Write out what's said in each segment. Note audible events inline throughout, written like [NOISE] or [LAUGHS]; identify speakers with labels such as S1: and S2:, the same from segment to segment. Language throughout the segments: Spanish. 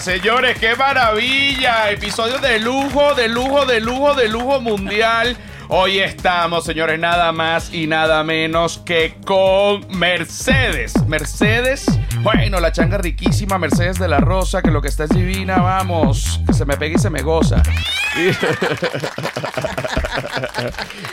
S1: señores, qué maravilla. Episodio de lujo, de lujo, de lujo, de lujo mundial. Hoy estamos, señores, nada más y nada menos que con Mercedes. Mercedes, bueno, la changa riquísima, Mercedes de la Rosa, que lo que está es divina, vamos, que se me pegue y se me goza.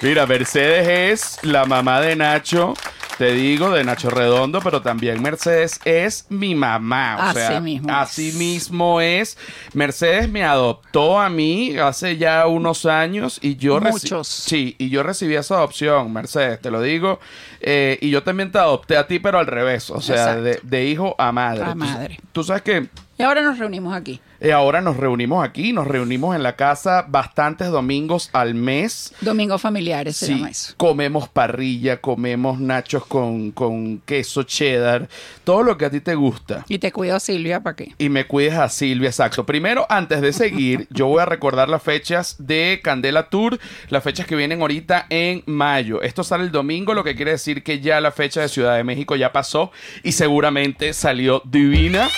S1: Mira, Mercedes es la mamá de Nacho. Te digo de Nacho Redondo, pero también Mercedes es mi mamá. O
S2: Así
S1: sea,
S2: mismo
S1: Así
S2: es.
S1: mismo es. Mercedes me adoptó a mí hace ya unos años y yo reci-
S2: Muchos.
S1: Sí, y yo recibí esa adopción, Mercedes, te lo digo. Eh, y yo también te adopté a ti, pero al revés. O sea,
S2: Exacto.
S1: de, de hijo a madre.
S2: A
S1: Tú-
S2: madre.
S1: Tú sabes que
S2: Y ahora nos reunimos aquí.
S1: eh, ahora nos reunimos aquí, nos reunimos en la casa bastantes domingos al mes.
S2: Domingo familiares se
S1: Sí,
S2: llama eso.
S1: comemos parrilla, comemos nachos con, con queso cheddar, todo lo que a ti te gusta.
S2: Y te cuido Silvia para qué.
S1: Y me cuides a Silvia, exacto. Primero, antes de
S2: [LAUGHS]
S1: seguir, yo voy a recordar las fechas de Candela Tour, las fechas que vienen ahorita en mayo. Esto sale el domingo, lo que quiere decir que ya la fecha de Ciudad de México ya pasó y seguramente salió divina.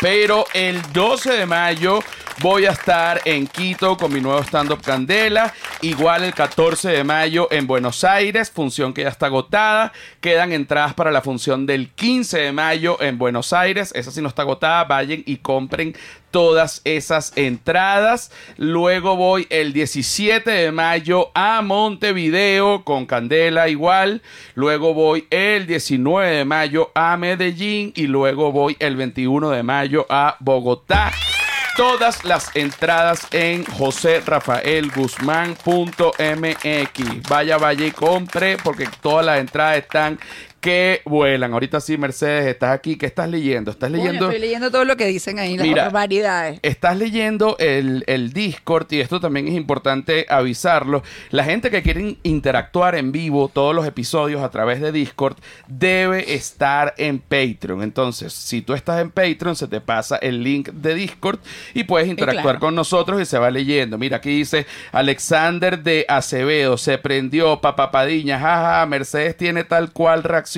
S1: Pero el 12 de mayo voy a estar en Quito con mi nuevo stand-up Candela. Igual el 14 de mayo en Buenos Aires, función que ya está agotada. Quedan entradas para la función del 15 de mayo en Buenos Aires. Esa sí no está agotada. Vayan y compren todas esas entradas. Luego voy el 17 de mayo a Montevideo con Candela igual. Luego voy el 19 de mayo a Medellín y luego voy el 21 de mayo a Bogotá. Todas las entradas en joserrafaelguzmán.mx. Vaya, vaya y compre porque todas las entradas están que vuelan. Ahorita sí, Mercedes, estás aquí. ¿Qué estás leyendo? ¿Estás
S2: Bueno,
S1: leyendo?
S2: estoy leyendo todo lo que dicen ahí, las
S1: Mira.
S2: barbaridades.
S1: Estás leyendo el, el Discord y esto también es importante avisarlo. La gente que quiere interactuar en vivo todos los episodios a través de Discord debe estar en Patreon. Entonces, si tú estás en Patreon, se te pasa el link de Discord y puedes interactuar
S2: claro.
S1: con nosotros y se va leyendo. Mira, aquí dice Alexander de Acevedo, se prendió papapadiña, jaja, Mercedes tiene tal cual reacción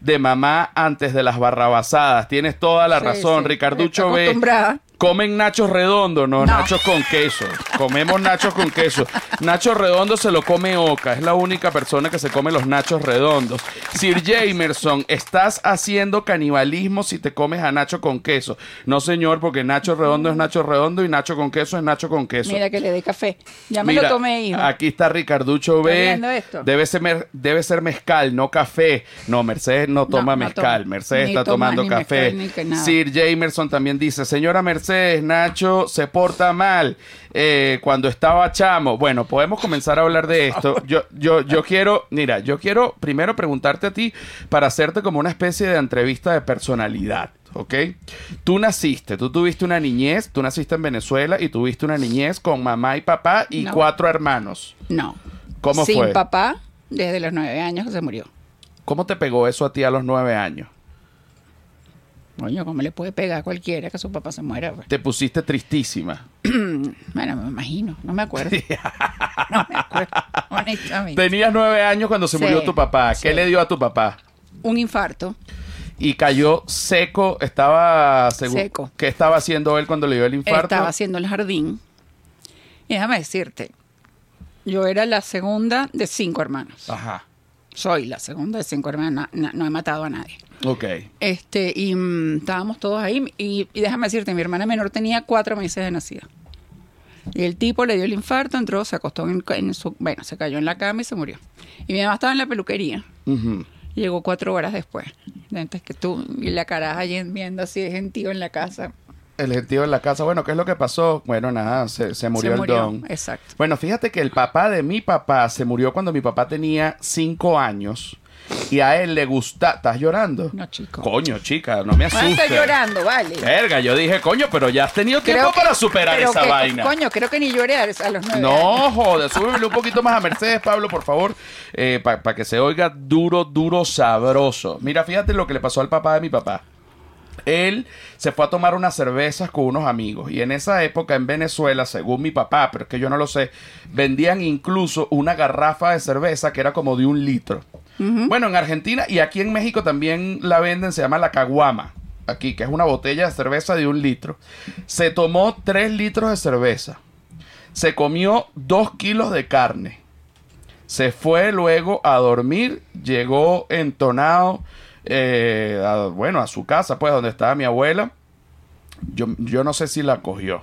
S1: de mamá antes de las barrabasadas. Tienes toda la
S2: Sí,
S1: razón,
S2: sí.
S1: Ricarducho
S2: Está
S1: B.
S2: acostumbrada.
S1: Comen nachos redondos, no,
S2: No.
S1: nachos con queso. Comemos nachos con queso. Nacho redondo se lo come Oca, es la única persona que se come los nachos redondos. Sir Jamerson, estás haciendo canibalismo si te comes a Nacho con queso. No, señor, porque Nacho redondo es Nacho redondo y Nacho con queso es Nacho con queso.
S2: Mira que le dé café. Ya me
S1: Mira,
S2: lo tomé, hijo.
S1: Aquí está Ricarducho B.
S2: viendo esto?
S1: Debe ser, mer- debe ser mezcal, no café. No, Mercedes no toma
S2: no
S1: mezcal.
S2: toma.
S1: Mercedes
S2: Ni
S1: está
S2: toma,
S1: tomando
S2: ni
S1: café.
S2: mezcal, ni que nada.
S1: Sir Jamerson también dice, señora Mercedes, Nacho se porta mal eh, cuando estaba chamo. Bueno, podemos comenzar a hablar de esto. Yo, yo, yo quiero, mira, yo quiero primero preguntarte a ti para hacerte como una especie de entrevista de personalidad. ¿Ok? Tú naciste, tú tuviste una niñez, tú naciste en Venezuela y tuviste una niñez con mamá y papá y
S2: No.
S1: cuatro hermanos.
S2: No.
S1: ¿Cómo
S2: Sin
S1: fue?
S2: papá, desde los nueve años que se murió.
S1: ¿Cómo te pegó eso a ti a los nueve años?
S2: Coño, ¿cómo le puede pegar a cualquiera que su papá se muera? pues?
S1: Te pusiste tristísima.
S2: Bueno, me imagino. No
S1: [LAUGHS]
S2: me acuerdo. No me acuerdo. Honestamente.
S1: Tenías nueve años cuando se
S2: Sí,
S1: murió tu papá. ¿Qué
S2: sí.
S1: le dio a tu papá?
S2: Un infarto.
S1: Y cayó seco, estaba seguro.
S2: Seco.
S1: ¿Qué estaba haciendo él cuando le dio el infarto?
S2: Estaba haciendo el jardín. Y déjame decirte, yo era la segunda de cinco hermanos.
S1: Ajá.
S2: Soy la segunda de cinco hermanos. No, no- no he matado a nadie.
S1: Ok.
S2: Este, y mm, estábamos todos ahí. Y, y déjame decirte, mi hermana menor tenía cuatro meses de nacida. Y el tipo le dio el infarto, entró, se acostó en, en su. Bueno, se cayó en la cama y se murió. Y mi mamá estaba en la peluquería.
S1: Ujú.
S2: Llegó cuatro horas después. Antes que tú. Y la caraja allí viendo así de gentío en la casa.
S1: El gentío en la casa. Bueno, ¿qué es lo que pasó? Bueno, nada, se, se murió,
S2: se murió.
S1: el don.
S2: Exacto.
S1: Bueno, fíjate que el papá de mi papá se murió cuando mi papá tenía cinco años. Y a él le gusta. ¿Estás llorando?
S2: No, chico.
S1: Coño, chica, no me asustes.
S2: Basta llorando, vale.
S1: Verga, yo dije, coño, pero ya has tenido tiempo
S2: Creo que-
S1: ¿Eh? para superar
S2: pero
S1: esa
S2: que-
S1: vaina.
S2: Coño, creo que ni lloré a a los nueve.
S1: [LAUGHS]
S2: años.
S1: No, joder, súbele un poquito más a Mercedes, Pablo, por favor, para que se oiga duro, duro, sabroso. Mira, fíjate lo que le pasó al papá de mi papá. Él se fue a tomar unas cervezas con unos amigos y en esa época en Venezuela, según mi papá, pero es que yo no lo sé, vendían incluso una garrafa de cerveza que era como de un litro. Bueno, en Argentina y aquí en México también la venden, se llama la caguama. aquí, que es una botella de cerveza de un litro. Se tomó tres litros de cerveza. Se comió dos kilos de carne. Se fue luego a dormir. Llegó entonado, eh, a- bueno, a su casa, pues, donde estaba mi abuela. Yo, yo no sé si la cogió.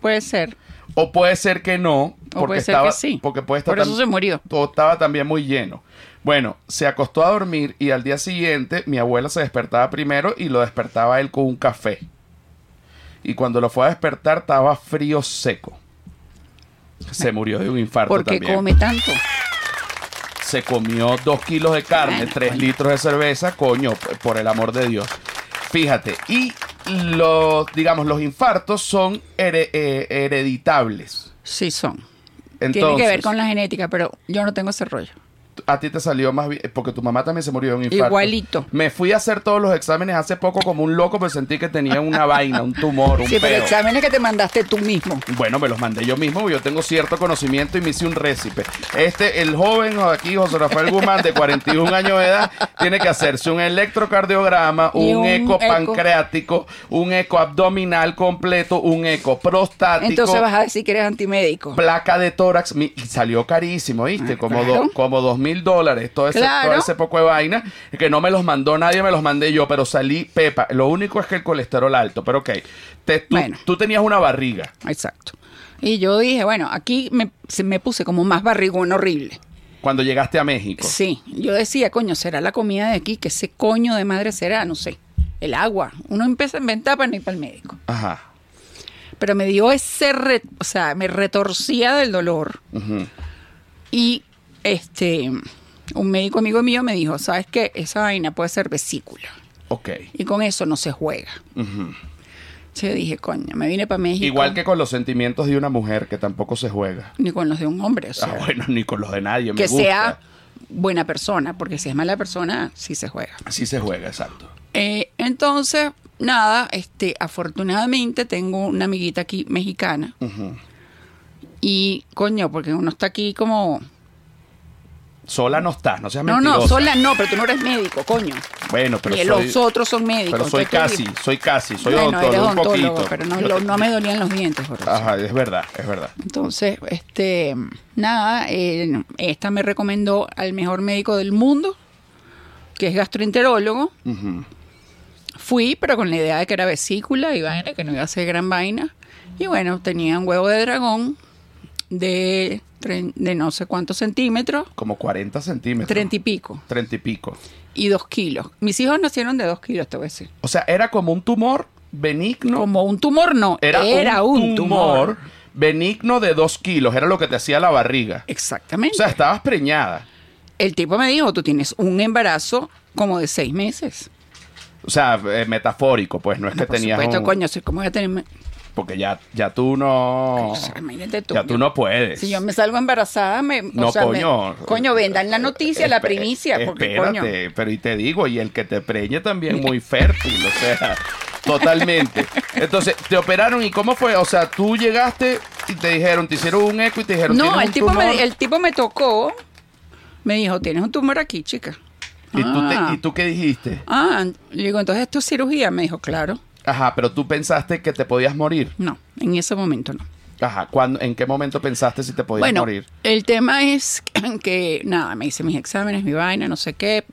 S2: Puede ser.
S1: O puede ser que no,
S2: O
S1: porque,
S2: puede ser
S1: estaba,
S2: que sí.
S1: porque puede estar
S2: Por eso
S1: tam-
S2: se murió.
S1: todo estaba también muy lleno. Bueno, se acostó a dormir y al día siguiente mi abuela se despertaba primero y lo despertaba él con un café. Y cuando lo fue a despertar estaba frío seco. Se murió de un infarto
S2: Porque
S1: también.
S2: come tanto.
S1: Se comió dos kilos de carne,
S2: Bueno,
S1: tres
S2: coño.
S1: litros de cerveza, coño, p- por el amor de Dios. Fíjate, y los, digamos, los infartos son here- eh, hereditables.
S2: Sí son.
S1: Entonces,
S2: Tiene que ver con la genética, pero yo no tengo ese rollo.
S1: a ti te salió más bien, porque tu mamá también se murió de un infarto.
S2: Igualito.
S1: Me fui a hacer todos los exámenes hace poco como un loco, pero sentí que tenía una vaina, un tumor, un
S2: Sí, pero
S1: peo.
S2: exámenes que te mandaste tú mismo.
S1: Bueno, me los mandé yo mismo, yo tengo cierto conocimiento y me hice un récipe. Este, el joven aquí, José Rafael Guzmán, de 41 años de edad, tiene que hacerse un electrocardiograma,
S2: Y
S1: un,
S2: un
S1: eco
S2: eco.
S1: pancreático, un eco abdominal completo, un eco prostático.
S2: Entonces vas a decir que eres antimédico.
S1: placa de tórax mi- y salió carísimo, ¿viste?
S2: Ah,
S1: Como,
S2: claro.
S1: do- como dos mil dólares, todo ese,
S2: Claro.
S1: todo ese poco de vaina, que no me los mandó nadie, me los mandé yo, pero salí pepa. Lo único es que el colesterol alto, pero ok, Te- tú,
S2: Bueno.
S1: tú tenías una barriga.
S2: Exacto. Y yo dije, bueno, aquí me, se me puse como más barrigón horrible.
S1: Cuando llegaste a México.
S2: Sí, yo decía, coño, será la comida de aquí, que ese coño de madre será, no sé. El agua. Uno empieza a inventar para no ir para el médico.
S1: Ajá.
S2: Pero me dio ese, re- o sea, me retorcía del dolor.
S1: Ujú.
S2: Y este, un médico amigo mío me dijo, ¿sabes qué? Esa vaina puede ser vesícula.
S1: Ok.
S2: Y con eso no se juega.
S1: Ujú.
S2: Yo dije, coño, me vine para México.
S1: Igual que con los sentimientos de una mujer, que tampoco se juega.
S2: Ni con los de un hombre, o sea.
S1: Ah, bueno, ni con los de nadie. me
S2: que
S1: gusta.
S2: sea buena persona, porque si es mala persona, sí se juega.
S1: Así se juega, exacto.
S2: Eh, entonces, nada, este, afortunadamente tengo una amiguita aquí mexicana.
S1: Ujú.
S2: Y, coño, porque uno está aquí como...
S1: Sola no estás, no seas
S2: No,
S1: mentirosa.
S2: no, sola no, pero tú no eres médico, coño.
S1: Bueno, pero
S2: y
S1: soy-
S2: los otros son médicos.
S1: Pero soy
S2: entonces
S1: casi,
S2: tú-
S1: soy casi, soy
S2: Bueno, eres
S1: odontólogo, un poquito.
S2: pero no,
S1: Yo
S2: lo-
S1: te-
S2: no me dolían los dientes, Jorge.
S1: Ajá, es verdad, es verdad.
S2: Entonces, este, nada, eh, esta me recomendó al mejor médico del mundo, que es gastroenterólogo.
S1: Ujú.
S2: Fui, pero con la idea de que era vesícula y vaina, que no iba a ser gran vaina. Y bueno, tenía un huevo de dragón de, tre- de no sé cuántos centímetros,
S1: Como 40 centímetros.
S2: treinta y pico,
S1: 30 y pico.
S2: y dos kilos. Mis hijos nacieron de dos kilos, te voy a decir.
S1: O sea, era como un tumor benigno.
S2: Como un tumor, no.
S1: era,
S2: Era,
S1: un,
S2: un
S1: tumor, benigno de 2 kilos. Era lo que te hacía la barriga. O
S2: Exactamente.
S1: sea, estabas preñada.
S2: El tipo me dijo, tú tienes un embarazo como de seis meses.
S1: O sea, eh, metafórico, pues no es que
S2: Por
S1: tenías
S2: supuesto,
S1: un-
S2: coño, ¿cómo voy a tener?
S1: Porque ya, ya tú no...
S2: O sea, imagínate tú.
S1: Oh. ya tú no puedes.
S2: Si yo me salgo embarazada, me. o
S1: No,
S2: sea, me-
S1: coño.
S2: coño, vendan la noticia, la
S1: Espe-
S2: primicia. Porque, coño.
S1: espérate, pero y te digo, y el que te preñe también muy fértil, o sea, totalmente. Entonces, te operaron y cómo fue, o sea, tú llegaste y te dijeron, te hicieron un eco y te dijeron,
S2: No,
S1: "Tienes
S2: el
S1: un
S2: tipo,
S1: tumor".
S2: me, el tipo me tocó. Me dijo, tienes un tumor aquí, chica.
S1: ¿Y, tú te-
S2: ah.
S1: ¿Y tú qué dijiste?
S2: Ah, le digo, entonces esto es cirugía. Me dijo, claro.
S1: Ajá, pero tú pensaste que te podías morir.
S2: No, en ese momento no.
S1: Ajá, ¿cuándo, ¿en qué momento pensaste si te podías
S2: bueno,
S1: morir?
S2: el tema es [CLEARS THROAT] que, nada, me hice mis exámenes, mi vaina, no sé qué.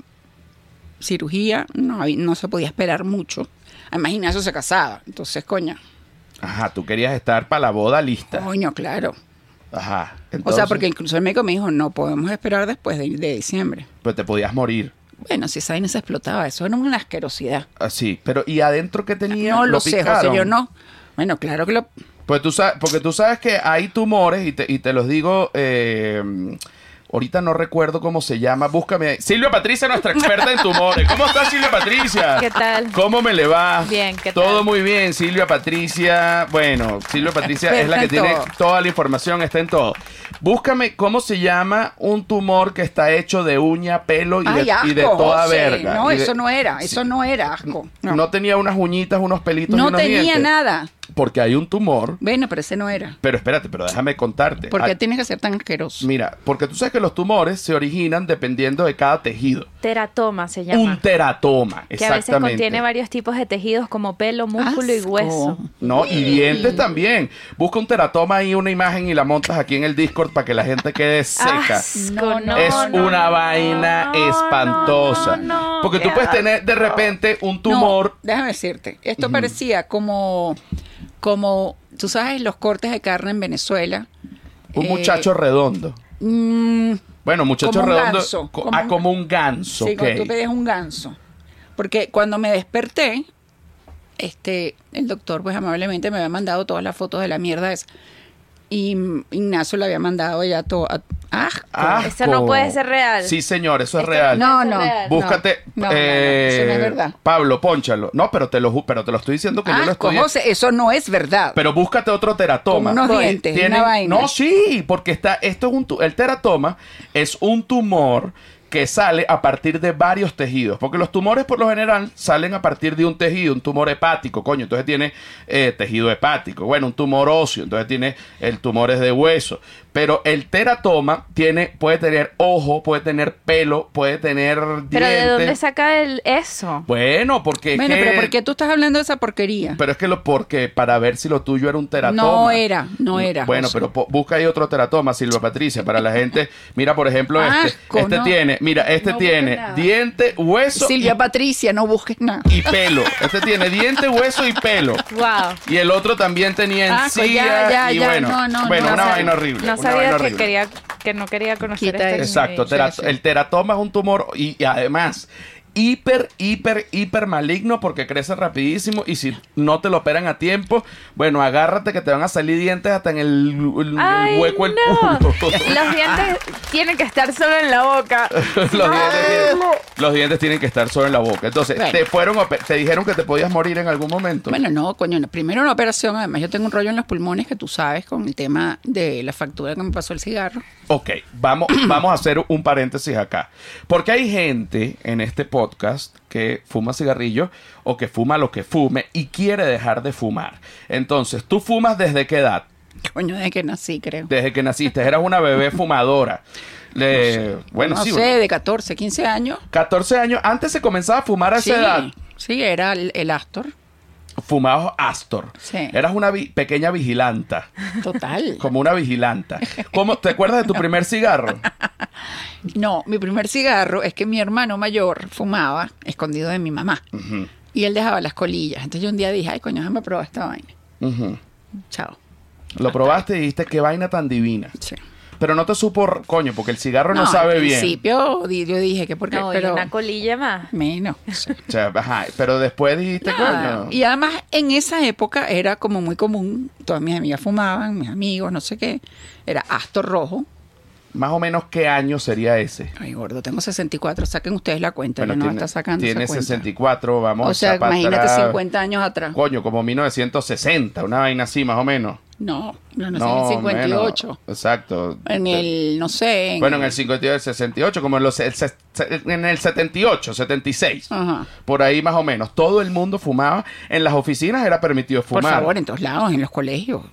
S2: Cirugía, no, hab- no se podía esperar mucho. Además, Ignacio se casaba. Entonces, coño,
S1: Ajá, tú querías estar para la boda lista.
S2: coño, claro.
S1: Ajá.
S2: O
S1: entonces,
S2: sea, porque incluso el médico me dijo, no podemos esperar después de, de diciembre.
S1: Pero pues, te podías morir.
S2: Bueno, si esa vaina se explotaba, eso era una asquerosidad.
S1: Así, pero ¿y adentro qué tenía?
S2: No lo, sé, José,
S1: picaron?
S2: yo no. Bueno, claro que lo...
S1: Pues tú sabes, porque tú sabes que hay tumores, y te, y te los digo, eh, ahorita no recuerdo cómo se llama, búscame ahí. Silvia Patricia, nuestra experta en tumores. ¿Cómo estás, Silvia Patricia?
S3: [LAUGHS] ¿Qué tal?
S1: ¿Cómo me le va?
S3: Bien, ¿qué
S1: Todo
S3: tal?
S1: muy bien, Silvia Patricia. Bueno, Silvia Patricia es la que
S2: Experta en
S1: tiene
S2: todo.
S1: toda la información, está en todo. Búscame cómo se llama un tumor que está hecho de uña, pelo y,
S2: Ay,
S1: de,
S2: asco,
S1: y de toda
S2: José.
S1: verga.
S2: No,
S1: Y de-
S2: eso no era, eso no era asco.
S1: No tenía unas uñitas, unos pelitos y
S2: No
S1: unos
S2: tenía
S1: dientes.
S2: nada.
S1: porque hay un tumor.
S2: Bueno, pero ese no era.
S1: Pero espérate, pero déjame contarte.
S2: ¿Por qué
S1: Ah,
S2: tienes que ser tan asqueroso?
S1: Mira, porque tú sabes que los tumores se originan dependiendo de cada tejido.
S3: Teratoma se
S1: Un
S3: llama.
S1: teratoma,
S3: que a veces
S1: exactamente.
S3: contiene varios tipos de tejidos como pelo, músculo y
S2: Asco.
S3: hueso.
S1: No, y dientes también. Busca un teratoma ahí, una imagen y la montas aquí en el Discord para que la gente
S3: [LAUGHS]
S1: quede seca.
S3: Asco, no,
S1: es
S3: Ah, no,
S1: una
S3: no,
S1: vaina
S3: no,
S1: espantosa.
S3: no, no.
S1: Porque tú
S3: Qué
S1: puedes tener de repente un tumor.
S2: No, déjame decirte, esto parecía como, como, tú sabes, los cortes de carne en Venezuela.
S1: Un
S2: Eh,
S1: muchacho redondo.
S2: mm,
S1: Bueno, muchacho
S2: como un
S1: redondo.
S2: ganso,
S1: co-
S2: como
S1: ah,
S2: un-
S1: como un ganso.
S2: Sí,
S1: ok.
S2: cuando tú pedías un ganso. Porque cuando me desperté, este, el doctor pues amablemente me había mandado todas las fotos de la mierda esa. Y mm, Ignacio le había mandado ya todo. a- ¡ah! ¡Asco!
S1: Asco.
S3: Eso no puede ser real.
S1: Ah,
S3: Este
S1: Sí, señor, eso es
S3: Esto
S1: real.
S2: No,
S3: Eso es
S2: no.
S3: real.
S1: Búscate.
S2: No, no, no,
S1: eh,
S2: eso no es verdad. Ah,
S1: Pablo, pónchalo. No, pero te lo, ju- pero te lo estoy diciendo que yo lo
S2: Asco,
S1: estudié.
S2: José, eso no es verdad.
S1: Pero búscate otro teratoma.
S2: Con unos
S1: Porque
S2: dientes, una vaina.
S1: No, sí, porque está, esto es un tu- el teratoma es un tumor que sale a partir de varios tejidos, porque los tumores por lo general salen a partir de un tejido, un tumor hepático, coño, entonces tiene eh, tejido hepático, bueno, un tumor óseo, entonces tiene el tumor es de hueso, pero el teratoma tiene, puede tener ojo, puede tener pelo, puede tener
S3: Pero ¿de
S1: dientes.
S3: dónde saca el eso?
S1: Bueno, porque es
S2: bueno,
S1: que-
S2: pero ¿por qué tú estás hablando de esa porquería?
S1: pero es que lo porque para ver si lo tuyo era un teratoma. Mm,
S2: No era, no era,
S1: Bueno,
S2: José.
S1: pero po- busca ahí otro teratoma, Silva Patricia, para la gente. Mira, por ejemplo, este.
S2: Ah, Asco,
S1: este
S2: no.
S1: tiene, mira, este
S2: No busques
S1: tiene
S2: nada.
S1: diente, hueso y,
S2: Silvia Patricia, no busques nada.
S1: y pelo. Este tiene diente, hueso y pelo.
S3: Wow.
S1: Y el otro también tenía
S2: Asco, ya,
S1: encía
S2: ya,
S1: y
S2: ya,
S1: bueno,
S2: no, no,
S1: bueno,
S2: no,
S1: una
S2: no.
S1: vaina horrible.
S3: No
S1: una
S3: sabía
S1: vaina
S3: que
S1: horrible.
S3: quería que no quería conocer este
S2: Quita
S3: esta
S2: eso.
S1: Exacto,
S2: Sí,
S1: tera-
S2: sí.
S1: el teratoma es un tumor y, y además hiper, hiper, hiper maligno porque crece rapidísimo y si no te lo operan a tiempo, bueno, agárrate que te van a salir dientes hasta en el, el- el
S3: Ay,
S1: hueco el
S3: no.
S1: culo.
S3: Los dientes tienen que estar solo en la boca.
S1: [LAUGHS] Los dientes, tienen, los dientes tienen que estar solo en la boca. Entonces,
S2: Bueno.
S1: te fueron, a oper- te dijeron que te podías morir en algún momento.
S2: Bueno, no, coño, no. primero una operación, además yo tengo un rollo en los pulmones que tú sabes con el tema de la factura que me pasó el cigarro. [LAUGHS]
S1: Ok,
S2: [CLEARS THROAT]
S1: vamos, vamos a hacer un paréntesis acá. Porque hay gente en este podcast que fuma cigarrillo o que fuma lo que fume y quiere dejar de fumar. Entonces, ¿tú fumas desde qué edad?
S2: Coño, desde que nací, creo.
S1: Desde que naciste, eras una
S2: [LAUGHS]
S1: bebé fumadora. Le- Bueno,
S2: no
S1: sí.
S2: sé, de 14, 15 años.
S1: 14 años, antes se comenzaba a fumar a
S2: Sí,
S1: esa edad.
S2: sí, era el, el Astor.
S1: Fumabas Astor.
S2: Sí.
S1: Eras una vi- pequeña vigilanta. [LAUGHS]
S2: Total.
S1: Como una vigilanta. ¿Cómo, ¿Te acuerdas de tu primer
S2: [LAUGHS]
S1: cigarro?
S2: No, mi primer cigarro es que mi hermano mayor fumaba escondido de mi mamá. Y él dejaba las colillas. Entonces yo un día dije, ay, coño, déjame probar esta vaina.
S1: Ujú.
S2: Chao.
S1: Lo probaste y dijiste, qué vaina tan divina.
S2: Sí.
S1: Pero no te supo, r- coño, porque el cigarro no,
S2: al
S1: sabe bien.
S2: principio di- yo dije que porque...
S3: No, y
S2: pero
S3: una colilla más.
S2: menos. sí.
S1: O sea, ajá, pero después dijiste,
S2: Nada.
S1: coño.
S2: Y además en esa época era como muy común, todas mis amigas fumaban, mis amigos, no sé qué, era Astor Rojo.
S1: Más o menos, ¿qué año sería ese?
S2: Ay, gordo, tengo 64, saquen ustedes la cuenta,
S1: Bueno,
S2: yo no
S1: tiene-
S2: está sacando
S1: tiene
S2: esa cuenta.
S1: 64, vamos
S2: O sea,
S1: pa'
S2: imagínate
S1: atrás.
S2: 50 años atrás.
S1: Coño, como 1960, una vaina así, más o menos.
S2: No, no, no, sé,
S1: No,
S2: en el 58.
S1: menos. Exacto.
S2: En el, no sé. en-
S1: Bueno, en el 58, el 68, como en, los, el ses- en el 78, 76.
S2: Ajá.
S1: Por ahí más o menos. Todo el mundo fumaba. En las oficinas era permitido
S2: Por
S1: fumar.
S2: favor, en todos lados, en los colegios.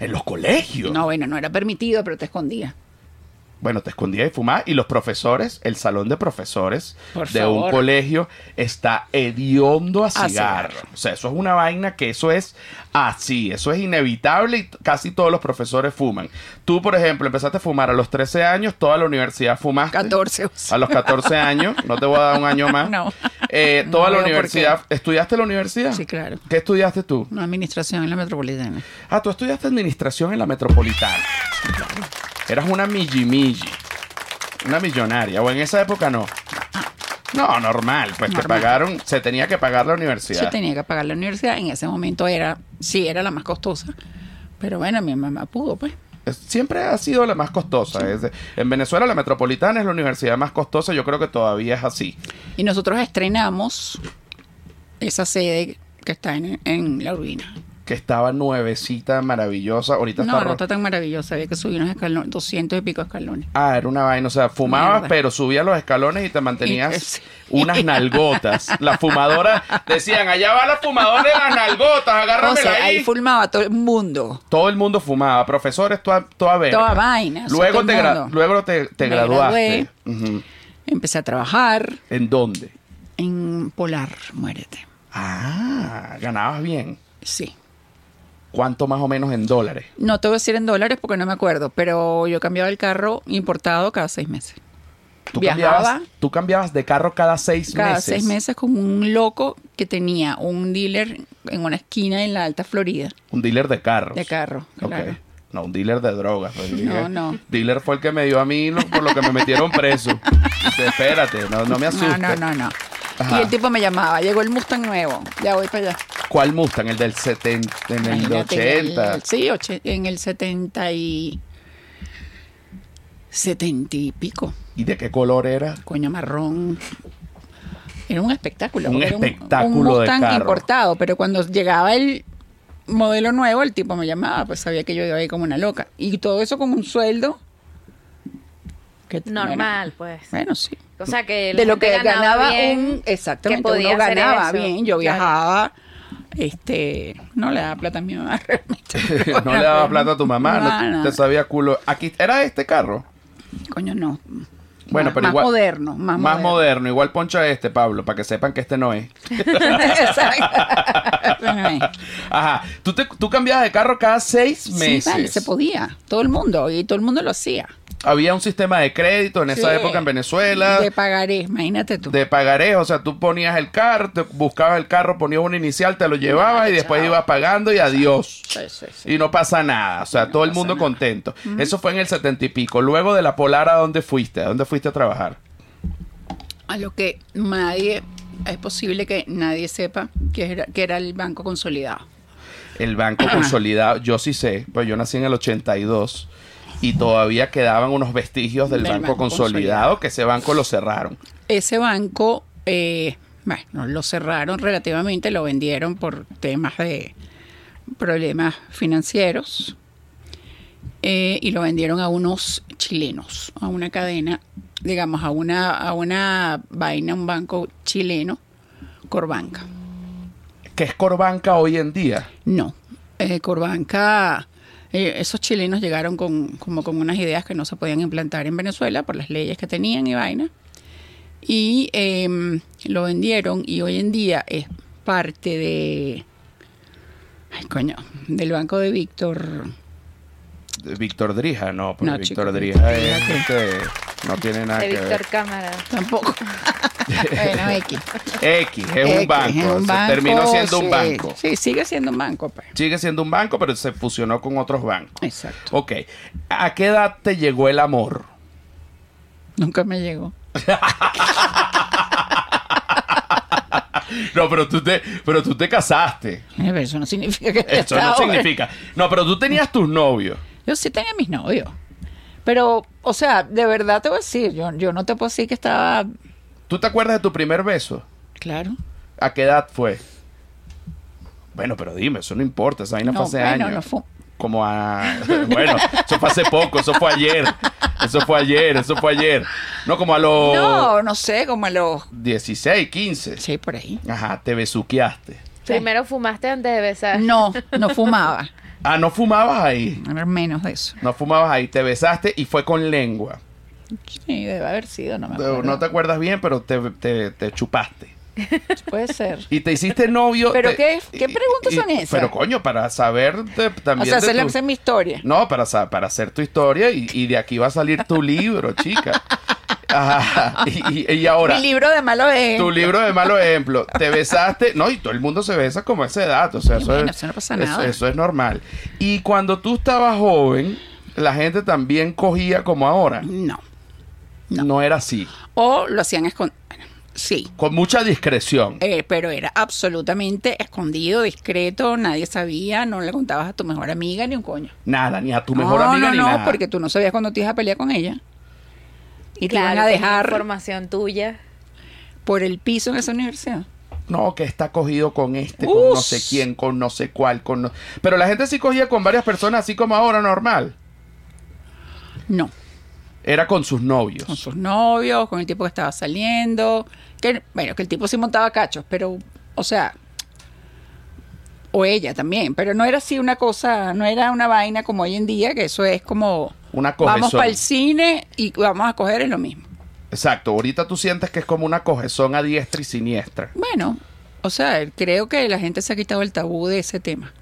S1: En los colegios.
S2: No, bueno, no era permitido, pero te escondía.
S1: Bueno, te escondías y fumabas. Y los profesores, el salón de profesores
S2: Por
S1: de
S2: favor.
S1: un colegio está hediondo a cigarro.
S2: cigarro.
S1: O sea, eso es una vaina que eso es así. Eso es inevitable y t- casi todos los profesores fuman. Tú, por ejemplo, empezaste a fumar a los 13 años, toda la universidad fumaste.
S2: 14. o sea.
S1: A los 14 años, no te voy a dar un año más.
S2: [LAUGHS] No.
S1: Eh,
S2: No
S1: toda la
S2: veo por qué.
S1: universidad. ¿Estudiaste la universidad?
S2: Sí, claro.
S1: ¿Qué estudiaste tú?
S2: Una administración en la metropolitana.
S1: Ah, tú estudiaste administración en la metropolitana. Eras una millimilli. Una millonaria. O en esa época no. No, normal. Pues te
S2: Normal.
S1: pagaron, se tenía que pagar la
S2: Yo
S1: universidad.
S2: tenía que pagar la universidad. En ese momento era, sí, era la más costosa. Pero bueno, mi mamá pudo, pues.
S1: Es- Siempre ha sido la más costosa. Es de- en Venezuela la metropolitana es la universidad más costosa. Yo creo que todavía es así.
S2: Y nosotros estrenamos esa sede que está en, en La Urbina.
S1: que estaba nuevecita, maravillosa. Ahorita
S2: No,
S1: está
S2: no
S1: ro-
S2: está tan maravillosa. Había que subir unos escalones, 200 y pico escalones.
S1: Ah, era una vaina. O sea, fumabas,
S2: Mierda.
S1: pero subías los escalones y te
S2: Y- este,
S1: mantenías
S2: sí. [LAUGHS]
S1: unas nalgotas. La fumadora, decían, allá va la fumadora de las nalgotas, agárramela
S2: O sea,
S1: ahí.
S2: ahí fulmaba todo el mundo.
S1: Todo el mundo fumaba, profesores, toda, toda verga.
S2: Toda vaina, o sea,
S1: Eh, Luego
S2: todo
S1: te,
S2: el
S1: gra-
S2: mundo.
S1: luego te, te
S2: Me
S1: graduaste.
S2: gradué.
S1: Ujú.
S2: Empecé a trabajar
S1: ¿En dónde?
S2: en Polar, muérete.
S1: Ah, ganabas bien.
S2: Sí.
S1: ¿Cuánto más o menos en dólares?
S2: No te voy a decir en dólares porque no me acuerdo, pero yo cambiaba el carro importado cada seis meses. Viajaba
S1: Cambiabas, tú cambiabas de carro cada seis
S2: cada
S1: meses.
S2: seis meses como un loco que tenía un dealer en una esquina en la Alta Florida
S1: Un dealer de carros.
S2: de carro.
S1: Ok.
S2: claro.
S1: No, un dealer de drogas. pues, dije,
S2: no.
S1: Dealer fue el que me dio a mí lo- por lo que me metieron preso. Este, Espérate, no, no me
S2: No,
S1: asustes.
S2: no, no, no.
S1: Ajá.
S2: Y el tipo me llamaba, llegó el Mustang nuevo, ya voy para allá.
S1: ¿Cuál Mustang? ¿El del 70? ¿En el
S2: Imagínate, en el-
S1: 80?
S2: sí, oche- en el 70 y... 70 y pico,
S1: ¿Y de qué color
S2: [LAUGHS]
S1: era?
S2: coño marrón. Era un espectáculo.
S1: Un
S2: era un
S1: espectáculo de
S2: Mustang
S1: carro.
S2: importado, pero cuando llegaba el modelo nuevo, el tipo me llamaba, pues sabía que yo iba ahí como una loca. Y todo eso con un sueldo... que t-
S3: Normal, pues.
S2: Bueno, bueno, sí.
S3: O sea, que la
S2: de lo
S3: gente
S2: que ganaba
S3: bien,
S2: un exactamente
S3: que podía
S2: uno
S3: hacer
S2: ganaba
S3: eso.
S2: bien yo
S3: Claro.
S2: viajaba este no le daba plata a mi mamá realmente [LAUGHS]
S1: [LAUGHS] no le daba plata a tu mamá,
S2: No,
S1: no
S2: no.
S1: te sabía culo. Aquí era este carro.
S2: coño no
S1: Bueno,
S2: más,
S1: pero
S2: más
S1: igual-
S2: moderno más,
S1: Más moderno. igual poncha este, Pablo, para que sepan que este no es.
S2: [LAUGHS]
S1: [LAUGHS]
S2: exacto Bueno, eh.
S1: Ajá, tú, te, tú cambiabas de carro cada seis meses.
S2: sí vale se podía todo el mundo y todo el mundo lo hacía
S1: Había un sistema de crédito en esa
S2: Sí.
S1: época en Venezuela.
S2: de pagaré imagínate tú
S1: de pagarés, o sea, tú ponías el carro, te buscabas el carro, ponías una inicial, te lo llevabas y después
S2: chao.
S1: ibas pagando y adiós.
S2: Sí, sí, sí.
S1: Y no pasa nada, o sea, todo el
S2: pasa
S1: mundo
S2: nada.
S1: contento. Eso fue en el setenta y pico. Luego de la Polar, ¿a dónde fuiste? ¿A dónde fuiste a trabajar?
S2: a lo que nadie es posible que nadie sepa que era, que era el banco consolidado
S1: El
S2: [CLEARS THROAT]
S1: Banco Consolidado, yo sí sé, pues yo nací en el 82 y todavía quedaban unos vestigios del,
S2: Del
S1: banco,
S2: Banco
S1: consolidado,
S2: Consolidado,
S1: que ese banco lo cerraron.
S2: ese banco, eh, bueno, lo cerraron relativamente, lo vendieron por temas de problemas financieros eh, y lo vendieron a unos chilenos, a una cadena, digamos, a una, a una vaina, un banco chileno, Corbanca.
S1: ¿Qué es Corbanca hoy en día?
S2: No, eh, Corbanca, eh, esos chilenos llegaron con, como con unas ideas que no se podían implantar en Venezuela por las leyes que tenían y vaina. Y em, lo vendieron y hoy en día es parte de... Ay, coño, del banco de Víctor.
S1: Víctor Drija, no, porque
S2: No,
S1: Víctor
S2: chico,
S1: Drija
S2: Víctor
S1: es,
S2: Drija,
S1: este, no tiene nada
S3: De
S1: que ver.
S3: Víctor Cámara.
S1: [LAUGHS]
S2: Tampoco. bueno, X.
S1: X es un
S2: X,
S1: banco.
S2: es un
S1: se
S2: banco,
S1: terminó siendo un
S2: sí.
S1: banco.
S2: Sí, sigue siendo un banco. pues.
S1: Sigue siendo un banco, pero se fusionó con otros bancos.
S2: Exacto.
S1: Ok. ¿A qué edad te llegó el amor?
S2: Nunca me llegó.
S1: No, pero tú te, pero tú te casaste.
S2: Eh, pero Eso no significa que... haya
S1: Eso no
S2: estado-
S1: significa. No, pero tú tenías tus novios.
S2: Yo sí tenía mis novios. Pero, o sea, de verdad te voy a decir, yo, yo no te puedo decir que estaba.
S1: ¿Tú te acuerdas de tu primer beso?
S2: Claro.
S1: ¿A qué edad fue? Bueno, pero dime, eso no importa, esa vaina
S2: No,
S1: fue hace
S2: bueno,
S1: años.
S2: no fue-
S1: Como a... [LAUGHS] Bueno, eso fue hace poco, eso fue ayer. Eso fue ayer, eso fue ayer. No, como a los
S2: No, no sé, como a los.
S1: 16, 15.
S2: Sí, por ahí.
S1: Ajá, te besuqueaste.
S3: Primero fumaste antes de besar.
S2: No, no fumaba.
S1: Ah, no fumabas ahí.
S2: Era menos de eso.
S1: No fumabas ahí, te besaste y fue con lengua.
S2: Sí, debe haber sido, no me acuerdo.
S1: No te acuerdas bien, pero te, te- te chupaste.
S2: Puede ser.
S1: Y te hiciste novio.
S2: ¿Pero
S1: te-
S2: qué- qué preguntas son esas?
S1: Pero coño, para saber de-
S2: O
S1: también.
S2: sea,
S1: de
S2: esa es la-
S1: tu-
S2: esa es mi historia.
S1: No, para, sa- para hacer tu historia y, y de aquí va a salir tu libro,
S2: [LAUGHS]
S1: chica. Ajá. Y, y- y ahora.
S2: Mi libro de malo es.
S1: Tu libro de malo ejemplo. Te besaste. No, y todo el mundo se besa como a esa edad. O sea,
S2: Y
S1: eso,
S2: bueno,
S1: es,
S2: eso no pasa
S1: eso-
S2: nada.
S1: eso es normal. Y cuando tú estabas joven, la gente también cogía como ahora.
S2: No.
S1: No, era así.
S2: O lo hacían escondido. Sí.
S1: Con mucha discreción.
S2: Eh, pero era absolutamente escondido, discreto, nadie sabía, no le contabas a tu mejor amiga ni un coño.
S1: Nada, ni a tu mejor
S2: no,
S1: amiga
S2: no,
S1: ni
S2: no,
S1: nada.
S2: porque tú no sabías cuando te ibas a pelear con ella. Y te
S3: Claro,
S2: iban a
S3: con
S2: dejar
S3: Información tuya.
S2: por el piso en esa universidad.
S1: no, que está cogido con este, con
S2: Us.
S1: no sé quién, con no sé cuál, con no- Pero la gente sí cogía con varias personas, así como ahora normal.
S2: No.
S1: Era con sus novios.
S2: Con sus novios, con el tipo que estaba saliendo. Que, bueno, que el tipo sí montaba cachos, pero, o sea. O ella también, pero no era así una cosa, no era una vaina como hoy en día, que eso es como.
S1: Una
S2: Vamos
S1: cogezón.
S2: para el cine y vamos a coger es lo mismo.
S1: Exacto, ahorita tú sientes que es como una cogezón a diestra y siniestra.
S2: Bueno, o sea, creo que la gente se ha quitado el tabú de ese tema.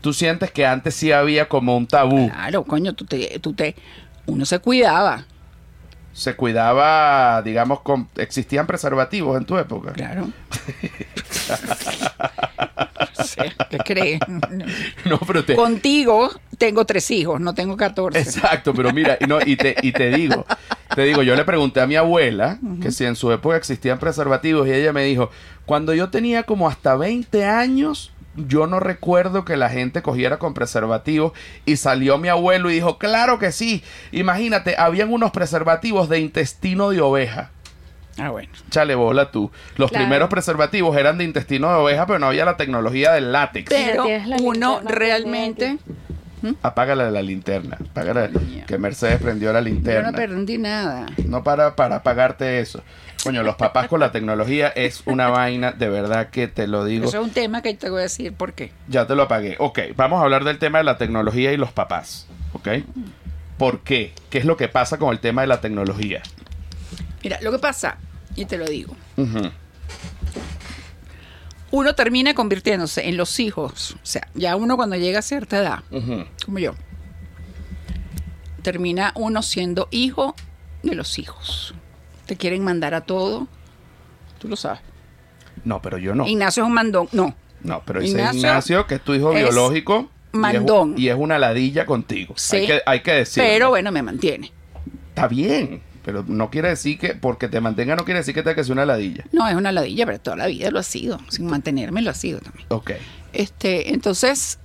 S1: Tú sientes que antes sí había como un tabú.
S2: Claro, coño, tú te, tú te, uno se cuidaba,
S1: Se cuidaba, digamos, con, existían preservativos en tu época.
S2: claro. O sea, ¿Qué crees?
S1: [LAUGHS] No, pero te,
S2: Contigo tengo tres hijos, no tengo 14.
S1: Exacto, pero mira, y, no, y, te, y te digo, te digo, yo le pregunté a mi abuela que si en su época existían preservativos y ella me dijo, cuando yo tenía como hasta 20 años, yo no recuerdo que la gente cogiera con preservativos y salió mi abuelo y dijo, claro que sí, imagínate, habían unos preservativos de intestino de oveja.
S2: Ah, bueno.
S1: Chale bola tú. Los
S3: Claro.
S1: primeros preservativos eran de intestino de oveja, pero no había la tecnología del látex.
S3: Mira,
S2: Pero
S3: tienes la
S2: uno
S3: linterna
S2: realmente,
S1: Apágala la linterna. Apágala
S2: Coño.
S1: que Mercedes prendió la
S2: yo
S1: linterna.
S2: no perdí nada.
S1: No para, para pagarte eso. Coño, los papás con la tecnología es una vaina, de verdad que te lo digo.
S2: Eso es un tema que te voy a decir por qué.
S1: Ya te lo apagué. Ok, vamos a hablar del tema de la tecnología y los papás. ¿Ok? ¿Por qué? ¿Qué es lo que pasa con el tema de la tecnología?
S2: Mira, lo que pasa, y te lo digo,
S1: Ujú.
S2: uno termina convirtiéndose en los hijos, o sea, ya uno cuando llega a cierta edad,
S1: Ujú.
S2: como yo, termina uno siendo hijo de los hijos. Te quieren mandar a todo, tú lo sabes.
S1: No, pero yo no.
S2: Ignacio es un mandón, no,
S1: No, pero ese Ignacio,
S2: Ignacio
S1: que es tu hijo
S2: es
S1: biológico. y es un-
S2: mandón.
S1: Y es, una ladilla contigo.
S2: Sí.
S1: Hay que, hay que decirlo.
S2: pero bueno, me mantiene.
S1: Está bien. Pero no quiere decir que, porque te mantenga, no quiere decir que te que sea una ladilla.
S2: No, es una ladilla, pero toda la vida lo ha sido, sin mantenerme lo ha sido también.
S1: Ok.
S2: Este, entonces,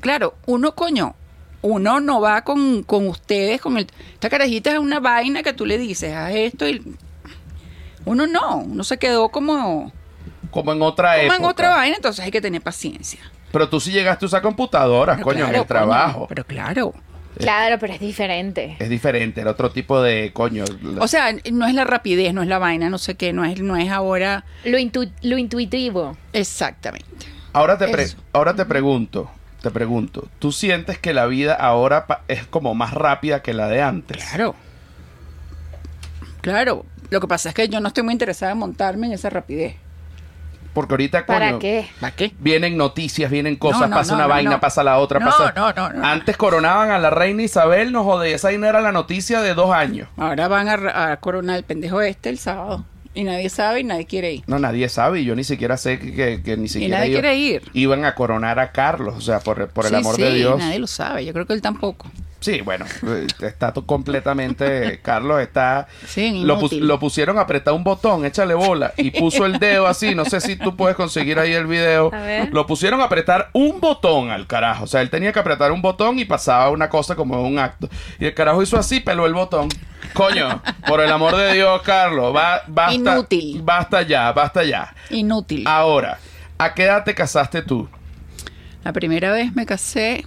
S2: claro, uno coño, uno no va con, con ustedes, con el... Esta carajita es una vaina que tú le dices a esto y... Uno no, uno se quedó como...
S1: Como en otra
S2: como
S1: época.
S2: en otra vaina, entonces hay que tener paciencia.
S1: Pero tú sí llegaste a usar computadoras,
S2: Pero
S1: Ah, coño, en
S2: claro,
S1: el trabajo.
S2: coño, pero claro.
S3: Claro, pero es diferente.
S1: Es diferente, era otro tipo de coño.
S2: O sea, no es la rapidez, no es la vaina, no sé qué, no es, no es ahora
S3: Lo, intu- lo intuitivo.
S2: exactamente.
S1: ahora, te pre-
S2: eso.
S1: ahora te pregunto, te pregunto, ¿tú sientes que la vida ahora pa- es como más rápida que la de antes?
S2: Claro. Claro. Lo que pasa es que yo no estoy muy interesada en montarme en esa rapidez.
S1: Porque ahorita, coño,
S3: ¿Para qué?
S2: ¿Para qué?
S1: vienen noticias, vienen cosas,
S2: No, no,
S1: pasa
S2: no,
S1: una
S2: no,
S1: vaina,
S2: no.
S1: pasa la otra,
S2: No,
S1: pasa...
S2: no, no, no.
S1: Antes coronaban a la reina Isabel, nos jode, esa vaina era la noticia de dos años.
S2: Ahora van a, ra- a coronar el pendejo este el sábado. Y nadie sabe y nadie quiere ir.
S1: No, nadie sabe, y yo ni siquiera sé que, que- que ni siquiera
S2: nadie
S1: iba-
S2: quiere ir.
S1: iban a coronar a Carlos, o sea, por, por el
S2: Sí,
S1: amor
S2: sí,
S1: de Dios.
S2: Nadie lo sabe. Yo creo que él tampoco.
S1: Sí, bueno, eh, está to- completamente. Carlos está.
S2: Sí,
S1: lo, pus-
S2: inútil.
S1: lo pusieron a apretar un botón, échale bola, y puso el dedo así. No sé si tú puedes conseguir ahí el video.
S3: A ver.
S1: Lo pusieron a apretar un botón al carajo. O sea, él tenía que apretar un botón y pasaba una cosa como un acto. Y el carajo hizo así, peló el botón. Coño, por el amor de Dios, Carlos, va, basta.
S2: Inútil.
S1: Basta ya, basta ya.
S2: Inútil.
S1: Ahora, ¿a qué edad te casaste tú?
S2: La primera vez me casé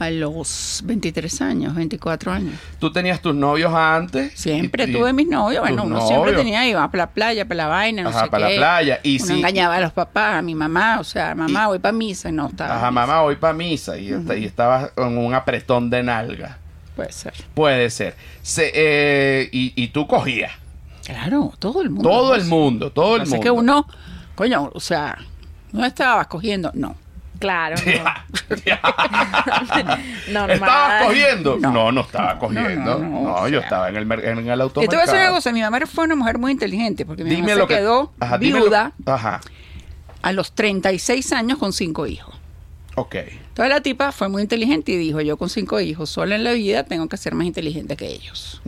S2: a los 23 años, 24 años.
S1: ¿Tú tenías tus novios antes?
S2: Siempre
S1: Y- y-
S2: tuve mis novios. Bueno,
S1: tus
S2: uno siempre
S1: novios.
S2: tenía, iba para la playa, para la vaina, no
S1: Ajá,
S2: sé
S1: para la
S2: qué.
S1: playa, y
S2: uno
S1: sí.
S2: engañaba a los papás, a mi mamá. O sea, mamá, voy para misa. No, estaba.
S1: Ajá,
S2: en
S1: mamá, voy para misa y, esta- y estabas en un apretón de nalga.
S2: misa. Puede ser.
S1: Puede ser. Se- eh, y, y tú cogías.
S2: Claro, todo el mundo.
S1: Todo
S2: ¿no?
S1: el mundo, todo el
S2: Así
S1: mundo.
S2: que uno, coño, o sea, no estabas cogiendo, no.
S3: Claro.
S1: [LAUGHS]
S3: no.
S2: [LAUGHS]
S3: Normal.
S1: ¿Estabas cogiendo? No.
S2: No.
S1: no, estaba cogiendo. No,
S2: No, no, no, o
S1: yo
S2: sea.
S1: estaba en el, mer- en el
S2: Y te voy a
S1: automercado.
S2: decir una cosa, mi mamá fue una mujer muy inteligente porque mi mamá se quedó
S1: Ajá, dime lo-
S2: viuda
S1: Ajá,
S2: a los 36 años con cinco hijos.
S1: ok.
S2: Entonces la tipa fue muy inteligente y dijo, yo con cinco hijos sola en la vida tengo que ser más inteligente que ellos.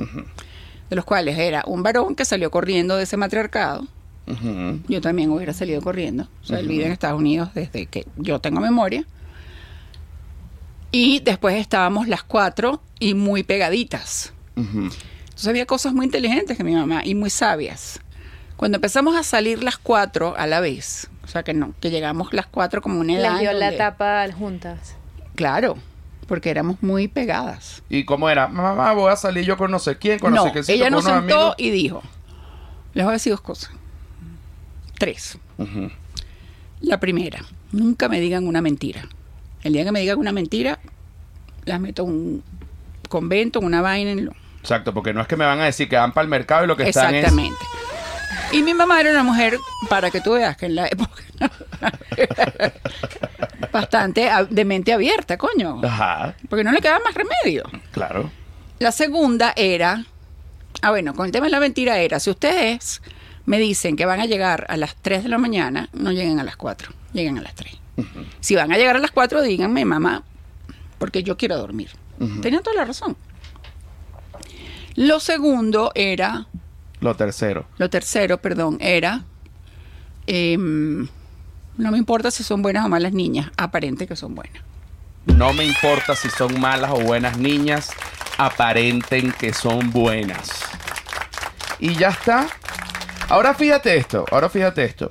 S2: De los cuales era un varón que salió corriendo de ese matriarcado.
S1: Ujú.
S2: Yo también hubiera salido corriendo. O sea, él vive en Estados Unidos desde que yo tengo memoria. Y después estábamos las cuatro y muy pegaditas.
S1: Ujú.
S2: Entonces había cosas muy inteligentes que mi mamá y muy sabias. Cuando empezamos a salir las cuatro a la vez, o sea que no, que llegamos las cuatro como una edad.
S3: Les dio
S2: en
S3: la
S2: donde-
S3: tapa juntas.
S2: Claro, porque éramos muy pegadas.
S1: ¿Y cómo era? Mamá, voy a salir yo con no sé quién, con no, sé
S2: No,
S1: qué.
S2: ella
S1: con
S2: nos
S1: unos
S2: sentó
S1: amigos.
S2: y dijo, les voy a decir dos cosas. Tres.
S1: Ujú.
S2: La primera, nunca me digan una mentira. El día que me digan una mentira, las meto en un convento, en una vaina, en lo...
S1: Exacto, porque no es que me van a decir que van para el mercado y lo que están es...
S2: Exactamente. Y mi mamá era una mujer, para que tú veas que en la época [LAUGHS] bastante a- de mente abierta, coño.
S1: Ajá,
S2: Porque no le quedaba más remedio.
S1: claro.
S2: La segunda era, ah bueno, con el tema de la mentira era, si ustedes me dicen que van a llegar a las 3 de la mañana, no lleguen a las 4, lleguen a las 3. Si van a llegar a las 4, díganme, mamá, porque yo quiero dormir. Tenían toda la razón. Lo segundo era,
S1: Lo tercero.
S2: lo tercero, perdón, era, em, no me importa si son buenas o malas niñas, aparente que son buenas.
S1: No me importa si son malas o buenas niñas, aparenten que son buenas. Y ya está. Ahora fíjate esto, ahora fíjate esto.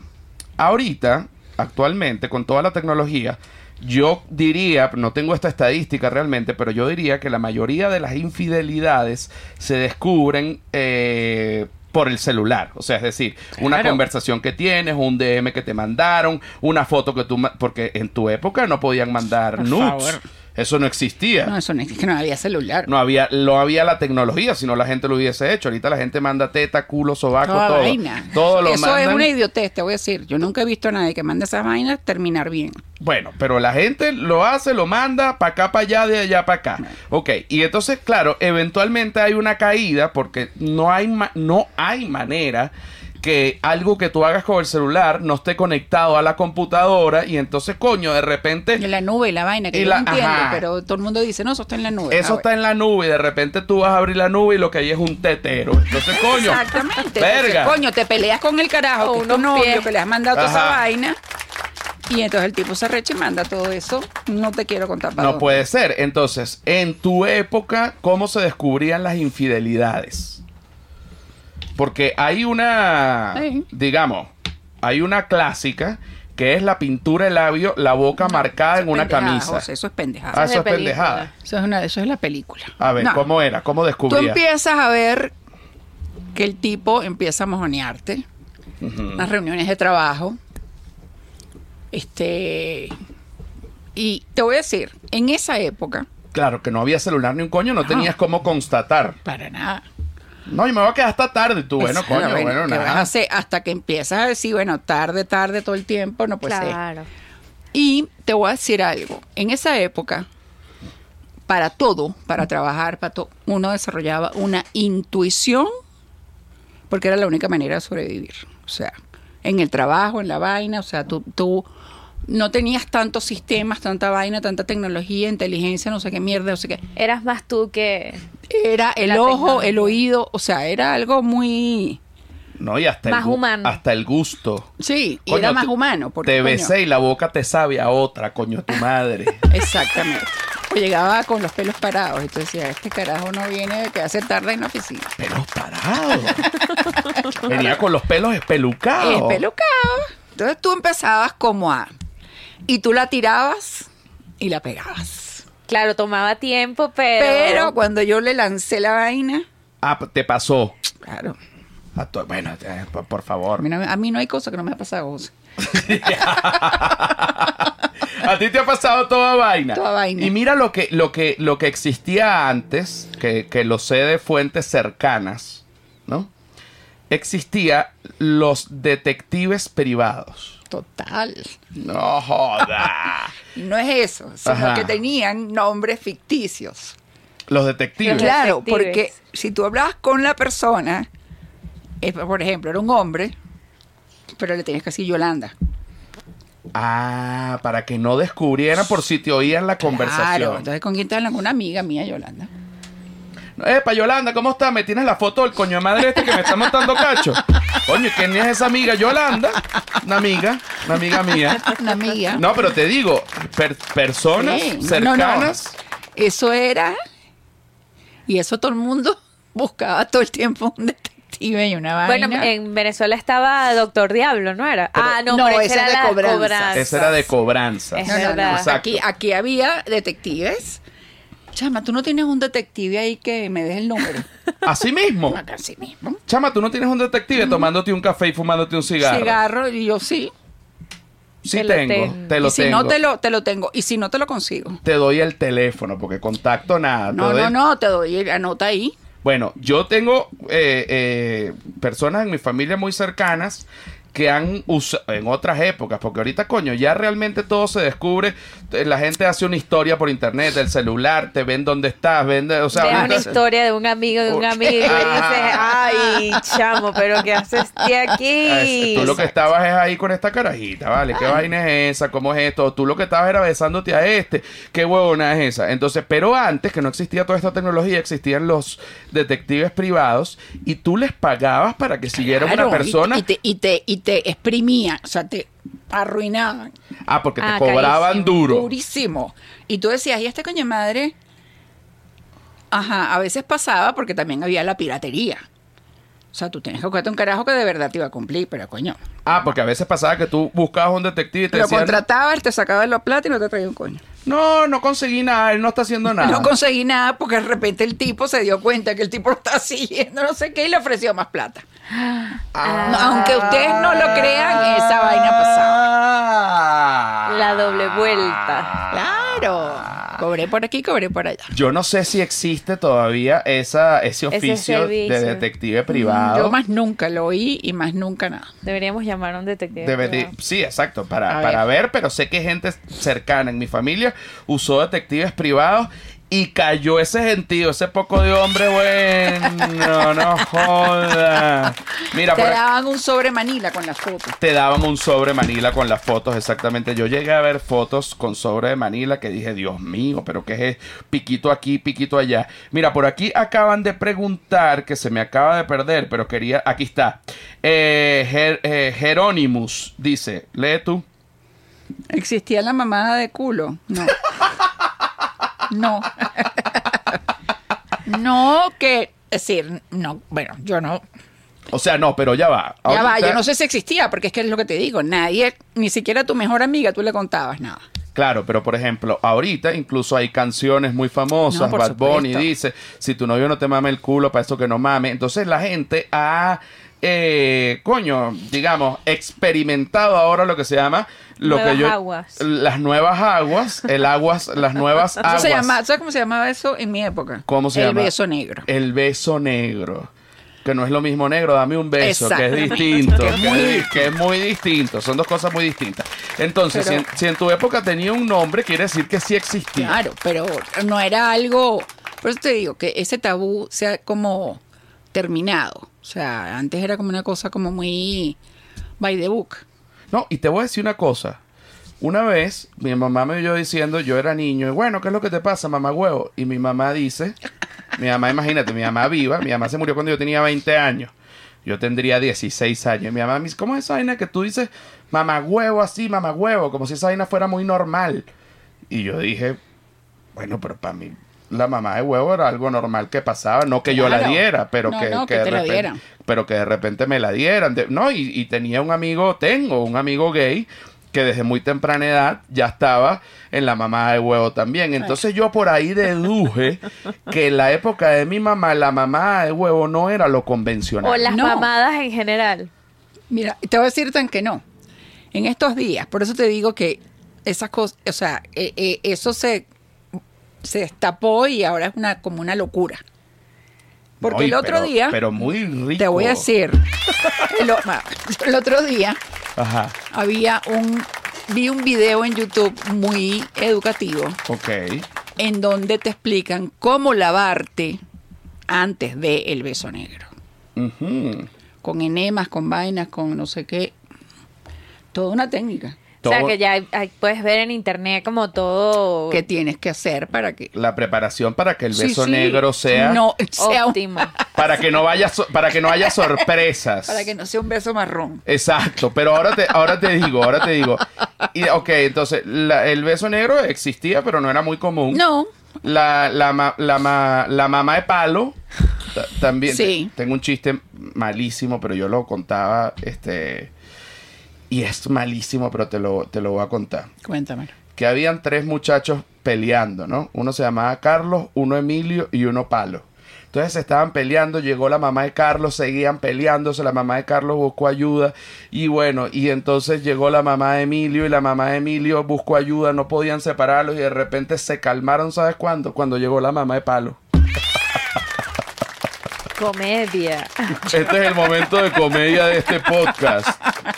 S1: Ahorita, actualmente, con toda la tecnología, yo diría, no tengo esta estadística realmente, pero yo diría que la mayoría de las infidelidades se descubren eh, por el celular. O sea, es decir, una
S2: Claro.
S1: conversación que tienes, un DM que te mandaron, una foto que tú... ma- Porque en tu época no podían mandar
S2: Por
S1: nudes.
S2: favor.
S1: Eso no existía.
S2: No, eso no es que no había celular.
S1: No había, no había la tecnología, si no la gente lo hubiese hecho. Ahorita la gente manda teta, culo, sobaco,
S2: Toda
S1: todo.
S2: vaina.
S1: Todo lo
S2: Eso es
S1: mandan.
S2: una idiotez, te voy a decir. Yo nunca he visto a nadie que mande esas vainas terminar bien.
S1: Bueno, pero la gente lo hace, lo manda para acá, para allá, de allá para acá. Ok, y entonces, claro, eventualmente hay una caída porque no hay, ma- no hay manera que algo que tú hagas con el celular no esté conectado a la computadora y entonces, coño, de repente...
S2: En la nube, la vaina, que
S1: Y
S2: yo
S1: la-
S2: no entiendo,
S1: ajá.
S2: pero todo el mundo dice, no, eso está en la nube.
S1: Eso
S2: Ah,
S1: está en la nube y de repente tú vas a abrir la nube y lo que hay es un tetero. Entonces,
S2: bueno.
S1: coño.
S2: Exactamente.
S1: Verga.
S2: Entonces, coño, te peleas con el carajo,
S3: O
S2: que es tu
S3: unos
S2: novio,
S3: pies.
S2: que le has mandado toda esa
S1: Ajá.
S2: vaina. Y entonces el tipo se recha y manda todo eso. No te quiero contar para
S1: No puede ser. Entonces, en tu época, ¿cómo se descubrían las infidelidades? Porque hay una,
S2: Sí.
S1: digamos, hay una clásica que es la pintura de labio, la boca marcada en una camisa.
S2: eso es
S1: Ah,
S2: pendejada.
S1: eso es
S3: Eso es de
S1: pendejada.
S2: Eso, es una, eso es la película.
S1: A ver,
S2: No.
S1: ¿cómo era? ¿Cómo
S2: Tú
S1: descubrías?
S2: empiezas a ver que el tipo empieza a mojonearte. Las reuniones de trabajo. Este. Y te voy a decir, en esa época,
S1: Claro, que no había celular ni un coño, no,
S2: No.
S1: tenías cómo constatar.
S2: para nada.
S1: No, y me voy a quedar hasta tarde. Tú, bueno,
S2: Pues,
S1: coño,
S2: bueno,
S1: bueno,
S2: ¿qué vas a
S1: nada.
S2: hacer? Hasta que empiezas a decir, bueno, tarde, tarde todo el tiempo, no puede ser.
S3: claro.
S2: Y te voy a decir algo. En esa época, para todo, para trabajar, para todo, uno desarrollaba una intuición porque era la única manera de sobrevivir. O sea, en el trabajo, en la vaina, o sea, tú, tú no tenías tantos sistemas, tanta vaina, tanta tecnología, inteligencia, no sé qué mierda, no sé qué.
S3: Eras más tú que.
S2: Era el
S3: La
S2: ojo,
S3: tecnología.
S2: el oído, o sea, era algo muy...
S1: No, y hasta,
S3: Más
S1: el, gu-
S3: humano.
S1: hasta el gusto.
S2: Sí, y
S1: Coño,
S2: era más
S1: te-
S2: humano. Porque,
S1: Te
S2: coño,
S1: besé y la boca te sabe a otra, coño, tu madre.
S2: [LAUGHS] Exactamente. O llegaba con los pelos parados. Y tú decías, este carajo no viene de que hace tarde en la oficina.
S1: pelos parados. Venía con los pelos espelucados.
S2: Es pelucado. Entonces tú empezabas como a. Y tú la tirabas y la pegabas.
S3: Claro, tomaba tiempo, pero.
S2: Pero cuando yo le lancé la vaina,
S1: Ah, te pasó.
S2: claro.
S1: A tu- bueno, eh, por, por
S2: A
S1: favor.
S2: mí, no, a mí no hay cosa que no me ha pasado. José.
S1: A ti te ha pasado toda vaina.
S2: Toda vaina.
S1: Y mira lo que, lo que, lo que existía antes, que, que lo sé de fuentes cercanas, ¿no? Existía los detectives privados.
S2: Total.
S1: No
S2: [LAUGHS]
S1: joda.
S2: No es eso, sino
S1: Ajá.
S2: que tenían nombres ficticios.
S1: los detectives.
S3: Los
S2: Claro,
S3: detectives.
S2: porque si tú hablabas con la persona, eh, por ejemplo, era un hombre, pero le tenías que decir Yolanda.
S1: Ah, para que no descubrieran por si te oían la
S2: Claro,
S1: conversación.
S2: entonces con quién te hablan, con una amiga mía, Yolanda.
S1: Epa, Yolanda, ¿cómo estás? ¿Me tienes la foto del coño de madre este que me está montando cacho? Coño, ¿quién es esa amiga? Yolanda, una amiga, una amiga mía.
S3: Ah,
S2: Una amiga.
S1: No, pero te digo, per- personas
S2: Sí, no, no, no.
S1: cercanas.
S2: [LAUGHS] Eso era. Y eso todo el mundo buscaba todo el tiempo un detective. y veía una vaina.
S3: Bueno, en Venezuela estaba Doctor Diablo, ¿no era?
S1: Pero-
S3: ah, no,
S4: No,
S3: pero
S4: esa
S3: era
S4: es de
S3: la
S4: cobranzas.
S3: cobranza.
S1: Esa era de cobranza.
S3: Es
S2: No, no, no.
S3: verdad.
S1: Exacto.
S2: Aquí, aquí había detectives. Chama, tú no tienes un detective ahí que me dé el
S3: [LAUGHS]
S2: número.
S1: Así mismo.
S2: Acá sí mismo.
S1: Chama, tú no tienes un detective tomándote un café y fumándote un cigarro.
S2: Cigarro, y yo sí.
S1: Sí
S3: Te lo
S1: tengo,
S3: tengo.
S1: te lo
S2: y si
S1: tengo.
S2: no te lo, te lo tengo. Y si no te lo consigo.
S1: Te doy el teléfono porque contacto nada. Ah, te
S2: No,
S1: doy-
S2: no, no, te doy el- anota ahí.
S1: Bueno, yo tengo eh, eh, personas en mi familia muy cercanas que han usado en otras épocas, porque ahorita, coño, ya realmente todo se descubre. Eh, La gente hace una historia por internet, el celular, te ven dónde estás, vende, o sea,
S3: Ves una
S1: ahorita-
S3: historia de un amigo de un
S1: Oh.
S3: amigo y dices, ay, chamo, pero ¿qué haces
S1: [LAUGHS]
S3: de
S1: Ah, es-
S3: aquí?
S1: Tú lo que estabas es ahí con esta carajita, ¿vale? ¿Qué vaina es esa? ¿Cómo es esto? Tú lo que estabas era besándote a este. ¿Qué huevona es esa? Entonces, pero antes que no existía toda esta tecnología, existían los detectives privados y tú les pagabas para que siguiera
S2: Claro,
S1: una
S2: y-
S1: persona.
S2: Y te, y, te, y te exprimían, o sea, te arruinaban.
S1: Ah, porque te
S3: Ah,
S1: cobraban
S3: carísimo.
S1: duro.
S2: Durísimo. Y tú decías, ¿y este coño madre? Ajá, a veces pasaba porque también había la piratería. O sea, tú tenías que buscarte un carajo que de verdad te iba a cumplir, pero coño.
S1: Ah, porque a veces pasaba que tú buscabas un detective y te
S2: Lo
S1: decían,
S2: contratabas, te sacabas la plata y no te traía un coño.
S1: no, no conseguí nada, él no está haciendo nada.
S2: [LAUGHS] No conseguí nada porque de repente el tipo se dio cuenta que el tipo lo está [LAUGHS] siguiendo, no sé qué, y le ofreció más plata.
S3: Ah.
S2: No, aunque ustedes no lo crean, esa vaina pasaba.
S1: pasaba.
S3: La doble vuelta.
S2: Claro.
S1: Ah.
S2: Cobré por aquí, cobré por allá.
S1: Yo no sé si existe todavía esa, ese oficio
S3: servicio.
S1: de detective privado.
S2: Yo más nunca lo oí y más nunca nada.
S3: Deberíamos llamar a un detective.
S1: Debe-
S3: privado.
S1: sí, exacto, para,
S2: A
S1: para ver. pero sé que gente cercana en mi familia usó detectives privados y cayó ese gentío, ese poco de hombre, bueno, no joda. Mira,
S2: Te
S1: por aquí-
S2: daban un sobre Manila con las fotos.
S1: te daban un sobre Manila con las fotos, exactamente. Yo llegué a ver fotos con sobre de Manila que dije, Dios mío, pero qué es esto? piquito aquí, piquito allá. Mira, por aquí acaban de preguntar, que se me acaba de perder, pero quería, aquí está. Eh, Jer- eh, Jerónimus dice, lee tú.
S2: ¿Existía la mamada de culo? No. No. No, que. Es decir, no, bueno, yo no.
S1: O sea, no, pero ya va.
S2: Ya va,
S1: Ahorita-
S2: yo no sé si existía, porque es que es lo que te digo. Nadie, ni siquiera tu mejor amiga, tú le contabas nada.
S1: Claro, pero por ejemplo, ahorita incluso hay canciones muy famosas.
S2: No, por
S1: Bad Bunny
S2: supuesto.
S1: dice: Si tu novio no te mame el culo, para eso que no mame. Entonces la gente ha. eh, coño, digamos, experimentado ahora lo que se llama lo
S3: Nuevas
S1: que yo
S3: aguas.
S1: las nuevas aguas, el aguas, las nuevas
S2: Eso
S1: aguas.
S2: se llama, ¿Sabes cómo se llamaba eso en mi época?
S1: Ah, ¿Cómo se
S2: el
S1: llama?
S2: beso negro.
S1: El beso negro. Que no es lo mismo negro, dame un beso, que es
S2: Exactamente. [LAUGHS]
S1: distinto.
S2: Que es muy
S1: que, es, que es muy distinto. Son dos cosas muy distintas. Entonces,
S2: Pero-
S1: si, en, si en tu época tenía un nombre, quiere decir que sí existía.
S2: Claro, pero no era algo. Por eso te digo que ese tabú se ha como terminado. O sea, antes era como una cosa como muy by the book.
S1: No, y te voy a decir una cosa. Una vez, mi mamá me vio diciendo, yo era niño, y bueno, ¿qué es lo que te pasa, mamá huevo? Y mi mamá dice, mi mamá, imagínate, mi mamá viva, mi mamá se murió cuando yo tenía 20 años. Yo tendría 16 años. Y mi mamá me dice, ¿cómo es esa vaina que tú dices, mamá huevo así, mamá huevo? Como si esa vaina fuera muy normal. Y yo dije, bueno, pero para mí la mamá de huevo era algo normal que pasaba, no que yo la
S2: Claro.
S1: diera, pero
S2: No,
S1: que,
S2: no,
S1: que
S2: que
S1: de
S2: te la
S1: repente-
S2: dieran.
S1: pero que de repente me la dieran. de- no, y, y tenía un amigo, tengo un amigo gay que desde muy temprana edad ya estaba en la mamá de huevo también. Entonces yo por ahí deduje que en la época de mi mamá, la mamá de huevo no era lo convencional.
S3: O las
S2: No.
S3: mamadas en general.
S2: Mira, te voy a decir tan que no. En estos días, por eso te digo que esas cosas, o sea, eh, eh, eso se, se destapó y ahora es una como una locura. Porque
S1: No, y
S2: el otro
S1: pero-
S2: día,
S1: Pero muy rico.
S2: te voy a decir, el, o- el otro día
S1: Ajá,
S2: había un, vi un video en YouTube muy educativo
S1: ok.
S2: en donde te explican cómo lavarte antes del el beso negro.
S1: Ujú.
S2: Con enemas, con vainas, con no sé qué. Toda una técnica
S3: O sea,
S1: Todo-
S3: que ya hay- hay- puedes ver en internet como todo
S2: que tienes que hacer para que
S1: La preparación para que el
S2: Sí,
S1: beso
S2: sí.
S1: negro sea...
S2: no, sea un-
S3: óptimo.
S1: Para que no vaya so- para que no
S2: [LAUGHS]
S1: haya sorpresas.
S2: para que no sea un beso marrón.
S1: Exacto, pero ahora te, ahora te digo, ahora te digo. Y, ok, entonces, la- el beso negro existía, pero no era muy común.
S2: No,
S1: La, la, ma- la ma- la mamá de palo Ta- También te-
S2: Sí.
S1: tengo un chiste malísimo, pero yo lo contaba, este, y es malísimo, pero te lo, te lo voy a contar.
S2: Cuéntamelo.
S1: Que habían tres muchachos peleando, ¿no? Uno se llamaba Carlos, uno Emilio y uno Palo. Entonces se estaban peleando, llegó la mamá de Carlos, seguían peleándose, la mamá de Carlos buscó ayuda y bueno, y entonces llegó la mamá de Emilio y la mamá de Emilio buscó ayuda, no podían separarlos y de repente se calmaron, ¿sabes cuándo? Cuando llegó la mamá de Palo.
S3: [LAUGHS] Comedia.
S1: Este es el momento de comedia de este podcast.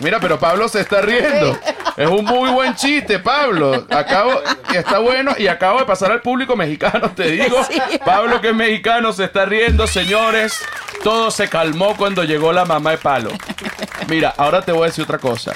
S1: Mira, pero Pablo se está riendo. Es un muy buen chiste, Pablo. Acabo, está bueno y acabo de pasar al público mexicano, te digo. Pablo que es mexicano se está riendo, señores. Todo se calmó cuando llegó la mamá de Palo. Mira, ahora te voy a decir otra cosa.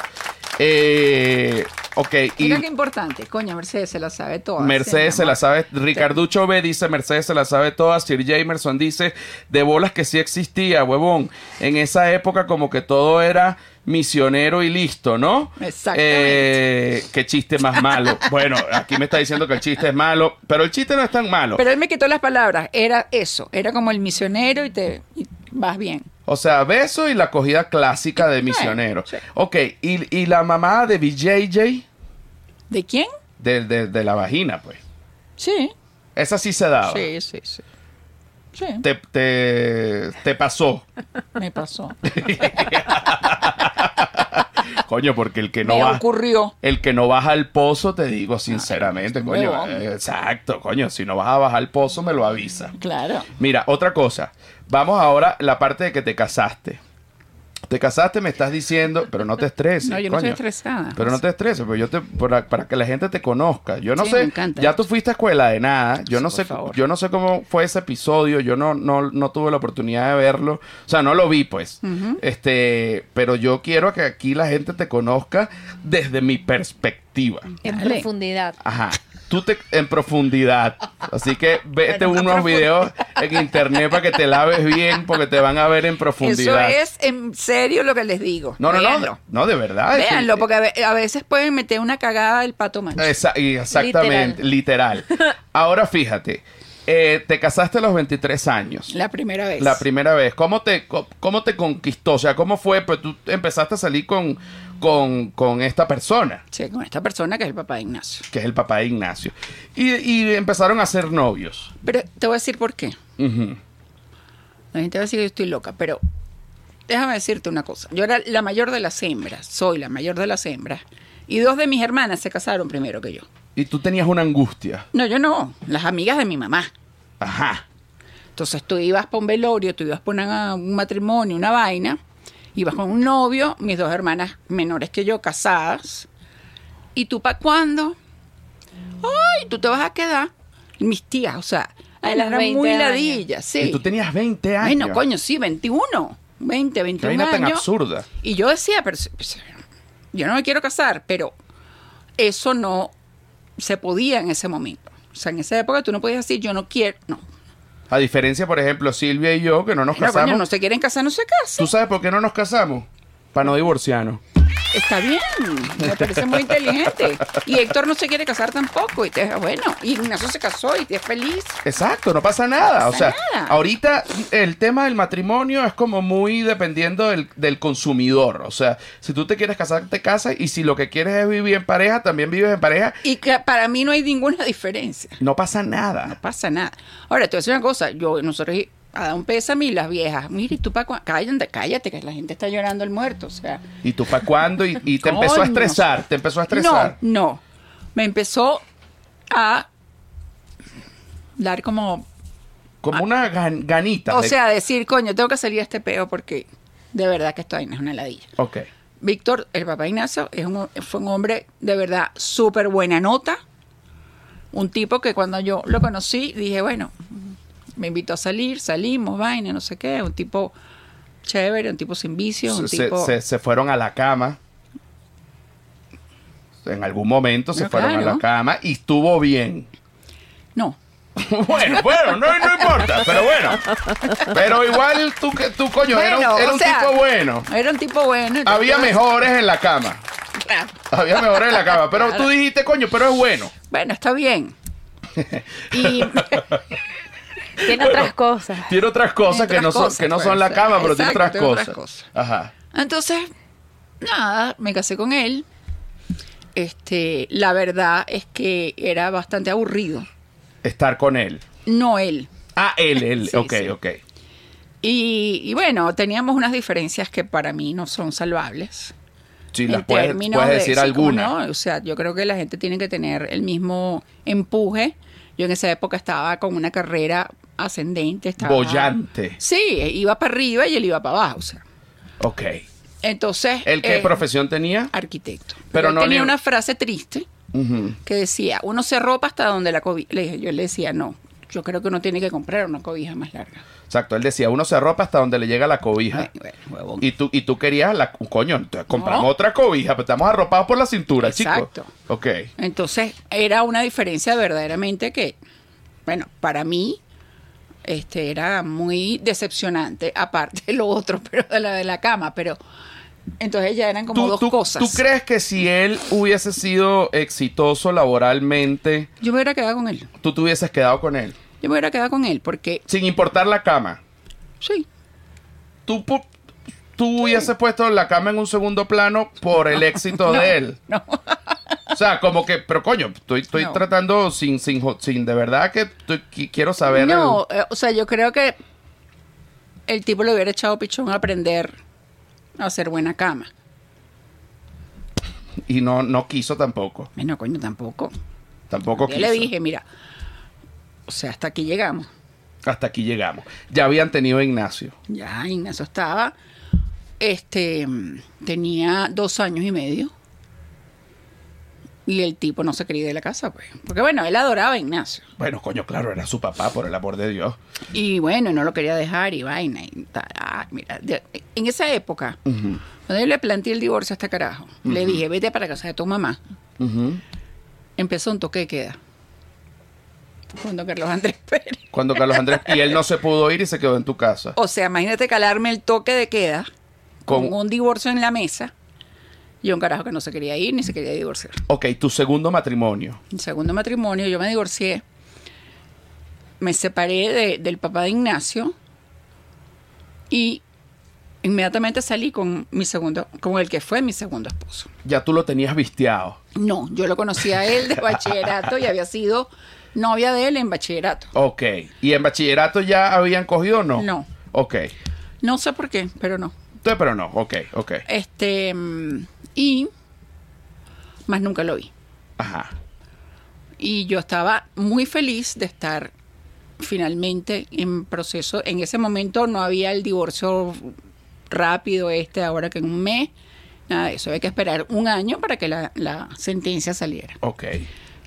S1: Eh, ok, y
S2: Mira qué importante. Coño, Mercedes se la sabe toda.
S1: Mercedes se la sabe, Ricarducho B dice Mercedes se la sabe toda, Sir Jamerson dice de bolas que sí existía, huevón. En esa época como que todo era misionero y listo, ¿no?
S2: Exactamente.
S1: Eh, qué chiste más
S2: [LAUGHS]
S1: malo. Bueno, aquí me está diciendo que el chiste es malo, pero el chiste no es tan malo.
S2: Pero él me quitó las palabras. Era eso. Era como el misionero y te y vas bien.
S1: O sea, beso y la cogida clásica de misionero. Ok, y, y la mamá de BJJ,
S2: ¿De quién?
S1: de, de- de la vagina, pues.
S2: Sí.
S1: Esa sí se daba.
S2: Sí, sí, sí. Sí,
S1: Ah, Te- te, te
S2: [LAUGHS]
S1: pasó.
S2: me pasó.
S1: Coño, porque el que no
S2: me
S1: va-
S2: ocurrió.
S1: el que no baja al pozo, te digo sinceramente,
S2: es un
S1: coño.
S2: este huevón.
S1: eh, Exacto, coño. Si no vas a bajar al pozo, me lo avisa.
S2: Claro.
S1: Mira, otra cosa. Vamos ahora a la parte de que te casaste. Te casaste, me estás diciendo, pero no te estreses.
S2: No, yo no estoy
S1: coño.
S2: estresada.
S1: Pero
S2: [LAUGHS]
S1: no te estreses, pero yo te, para, para que la gente te conozca. Yo no
S2: Sí,
S1: sé,
S2: me encanta
S1: ya
S2: esto.
S1: tú fuiste a escuela de nada. Yo
S2: Sí,
S1: no
S2: por
S1: sé,
S2: favor.
S1: yo no sé cómo fue ese episodio. Yo no, no, no tuve la oportunidad de verlo. O sea, no lo vi, pues. Este, pero yo quiero que aquí la gente te conozca desde mi perspectiva.
S3: En
S2: Dale.
S3: profundidad.
S1: Ajá. Tú te en profundidad. Así
S2: [LAUGHS]
S1: que vete
S3: Pero en
S1: unos
S3: profundidad.
S1: videos en internet para que te laves bien, porque te van a ver en
S2: Eso
S1: profundidad.
S2: es en serio lo que les digo.
S1: No, no, no,
S2: Véanlo.
S1: no. de verdad. es que-
S2: Véanlo, porque a ve- a veces pueden meter una cagada del pato mancho.
S1: Esa- y exactamente,
S2: [LAUGHS]
S1: literal. Ahora fíjate, eh, te casaste a los 23 años.
S2: La primera vez.
S1: La primera vez. ¿Cómo te, co- cómo te conquistó? O sea, ¿cómo fue? Pues tú empezaste a salir con, con, con esta persona,
S2: Sí, con esta persona que es el papá de Ignacio.
S1: que es el papá de Ignacio. Y, y empezaron a ser novios.
S2: Pero te voy a decir por qué.
S1: Ujú.
S2: La gente va a decir que yo estoy loca, pero déjame decirte una cosa. Yo era la mayor de las hembras, soy la mayor de las hembras. Y dos de mis hermanas se casaron primero que yo.
S1: Y tú tenías una angustia.
S2: No, yo no, las amigas de mi mamá.
S1: Ajá.
S2: Entonces tú ibas para un velorio, tú ibas para una- un matrimonio, una vaina, ibas con un novio, mis dos hermanas menores que yo, casadas. ¿Y tú para cuándo? ¡Ay, tú te vas a quedar! Mis tías, o sea,
S3: A
S2: eran
S3: los 20
S2: muy
S3: años.
S2: ladillas, sí.
S1: Y tú tenías 20 años.
S2: Bueno, coño, sí, 21. 20,
S1: Qué
S2: 21
S1: vaina
S2: años.
S1: tan absurda.
S2: Y yo decía, pero si- pues, yo no me quiero casar, pero eso no se podía en ese momento. O sea, en esa época tú no podías decir, yo no quiero. No.
S1: A diferencia, por ejemplo, Silvia y yo, que no nos
S2: Bueno,
S1: casamos.
S2: coño, no se quieren casar, no se
S1: ¿Tú
S2: casan.
S1: sabes por qué no nos casamos? Para no divorciarnos.
S2: Está bien, me parece muy inteligente. Y Héctor no se quiere casar tampoco. Y te bueno, y Ignacio se casó y es feliz.
S1: Exacto, no pasa nada.
S2: No
S1: o sea,
S2: pasa nada.
S1: ahorita el tema del matrimonio es como muy dependiendo del, del consumidor. O sea, si tú te quieres casar, te casas. Y si lo que quieres es vivir en pareja, también vives en pareja.
S2: Y que para mí no hay ninguna diferencia.
S1: No pasa nada.
S2: pasa nada. Ahora, te voy a decir una cosa. Yo, nosotros, i- a dar un pésame y las viejas, mire, y tú pa' cua- cállate, cállate, que la gente está llorando el muerto, o sea.
S1: ¿Y tú para cuándo? Y, y te empezó a
S2: Coño.
S1: estresar. Te empezó a estresar.
S2: No, no. Me empezó a dar como,
S1: Como una gan- ganita.
S2: o
S1: de-
S2: sea, decir, coño, tengo que salir a este peo porque de verdad que esto ahí no es una ladilla.
S1: Ok.
S2: Víctor, el papá de Ignacio, es un- fue un hombre de verdad súper buena nota. Un tipo que cuando yo lo conocí dije, bueno, me invitó a salir, salimos, vaina, no sé qué. Un tipo chévere, un tipo sin vicios, un
S1: Se,
S2: tipo.
S1: se- se fueron a la cama. En algún momento se
S2: No,
S1: fueron a la
S2: claro.
S1: cama y estuvo bien.
S2: No,
S1: [LAUGHS] Bueno, bueno, no, no importa, pero bueno. Pero igual tú, que- tú coño, era un-
S2: Bueno,
S1: era un,
S2: o sea,
S1: tipo bueno.
S2: era un tipo bueno. ah, entonces-
S1: Había mejores en la cama.
S2: Claro.
S1: Había mejores en la cama. Pero tú [LAUGHS] dijiste, coño, pero es bueno.
S2: Bueno, está bien. Y
S3: Tiene otras cosas.
S1: Tiene otras cosas
S2: Tiene
S1: que no
S2: otras
S1: son,
S2: cosas,
S1: que no
S2: pues,
S1: son la
S2: exacto,
S1: cama, pero tiene otras
S2: tiene otras
S1: cosas.
S2: cosas.
S1: Ajá.
S2: Entonces, nada, me casé con él. Este, la verdad es que era bastante aburrido.
S1: Estar con él.
S2: No él.
S1: Ah, él, él.
S2: Sí,
S1: ok,
S2: sí.
S1: ok.
S2: Y, y bueno, teníamos unas diferencias que para mí no son salvables.
S1: Sí,
S2: en
S1: las puedes,
S2: términos
S1: puedes
S2: de-
S1: decir
S2: sí,
S1: alguna.
S2: cómo no, O sea, yo creo que la gente tiene que tener el mismo empuje. Yo en esa época estaba con una carrera ascendente. Estaba,
S1: Bollante.
S2: Sí, iba para arriba y él iba para abajo. O sea.
S1: Ok.
S2: Entonces...
S1: ¿El qué
S2: eh,
S1: profesión tenía?
S2: Arquitecto.
S1: Pero
S2: Pero
S1: no
S2: tenía
S1: le-
S2: una frase triste
S1: Ujú.
S2: que decía, uno se ropa hasta donde la cobija. Le dije, yo le decía, no, yo creo que uno tiene que comprar una cobija más larga.
S1: Exacto, él decía, uno se arropa hasta donde le llega la cobija.
S2: Ay, bueno, huevón.
S1: Y tú, y tú querías la coño, entonces compramos
S2: No.
S1: otra cobija, pero estamos arropados por la cintura,
S2: Exacto.
S1: chicos. Ok.
S2: Entonces, era una diferencia verdaderamente que, bueno, para mí este era muy decepcionante, [LAUGHS] aparte de lo otro, pero de la de la cama, pero entonces ya eran como
S1: ¿Tú,
S2: dos
S1: tú-
S2: cosas.
S1: ¿Tú crees que si él hubiese sido exitoso laboralmente,
S2: Yo me hubiera quedado con él.
S1: tú te hubieses quedado con él?
S2: Yo me hubiera quedado con él porque,
S1: Sin importar la cama.
S2: sí,
S1: Tú, pu- tú hubieses puesto la cama en un segundo plano por el éxito de él.
S2: no.
S1: O sea, como que, pero coño, estoy, estoy
S2: No.
S1: tratando sin, sin, jo- sin, de verdad que estoy- qui- quiero saber.
S2: No, eh, o sea, yo creo que el tipo le hubiera echado pichón a aprender a hacer buena cama.
S1: Y no, no quiso tampoco.
S2: No, coño, tampoco.
S1: Tampoco
S2: Yo
S1: quiso.
S2: le dije, mira, o sea, hasta aquí llegamos.
S1: Hasta aquí llegamos. Ya habían tenido a Ignacio.
S2: Ya, Ignacio estaba, este, mm, tenía dos años y medio. Y el tipo no se quería ir de la casa, pues. Porque bueno, él adoraba a Ignacio.
S1: Bueno, coño, claro, era su papá, por el amor de Dios.
S2: Y bueno, no lo quería dejar y vaina. y ta- ah, mira, de- en esa época, cuando yo le planteé el divorcio a este carajo, le dije, vete para casa de tu mamá.
S1: Ujú.
S2: Empezó un toque de queda. Cuando Carlos Andrés [LAUGHS] Pérez.
S1: Cuando Carlos Andrés. Y él no se pudo ir y se quedó en tu casa.
S2: O sea, imagínate calarme el toque de queda con,
S1: Con-
S2: un divorcio en la mesa y un carajo que no se quería ir ni se quería divorciar.
S1: Ok, tu segundo matrimonio.
S2: En segundo matrimonio, yo me divorcié. Me separé de- del papá de Ignacio y inmediatamente salí con mi segundo, con el que fue mi segundo esposo.
S1: Ya tú lo tenías visteado.
S2: No, yo lo conocí a él de bachillerato y había sido novia de él en bachillerato.
S1: Ok. ¿Y en bachillerato ya habían cogido o no?
S2: No.
S1: Ok.
S2: No sé por qué, pero no.
S1: Entonces, pero no. Ok, ok.
S2: Este, mm, y más nunca lo vi.
S1: Ajá.
S2: Y yo estaba muy feliz de estar finalmente en proceso. En ese momento no había el divorcio rápido este, ahora que en un mes, nada de eso. Había que esperar un año para que la, la sentencia saliera.
S1: Ok.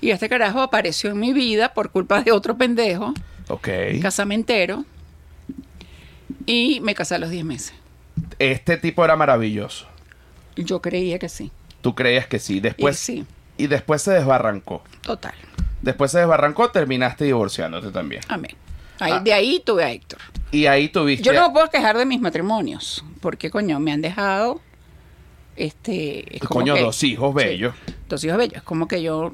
S2: Y este carajo apareció en mi vida por culpa de otro pendejo,
S1: Ok.
S2: casamentero, y me casé a los 10 meses.
S1: Este tipo era maravilloso.
S2: Yo creía que sí.
S1: Tú creías que sí. Después.
S2: Y sí.
S1: Y después se desbarrancó.
S2: Total.
S1: Después se desbarrancó, terminaste divorciándote también.
S2: Amén. Ahí,
S1: Ah.
S2: De ahí tuve a Héctor.
S1: Y ahí tuviste.
S2: Yo no me puedo quejar de mis matrimonios, porque coño, me han dejado este es como
S1: Coño,
S2: que-
S1: dos hijos bellos. [LAUGHS]
S2: Sí, dos hijos bellos, es como que yo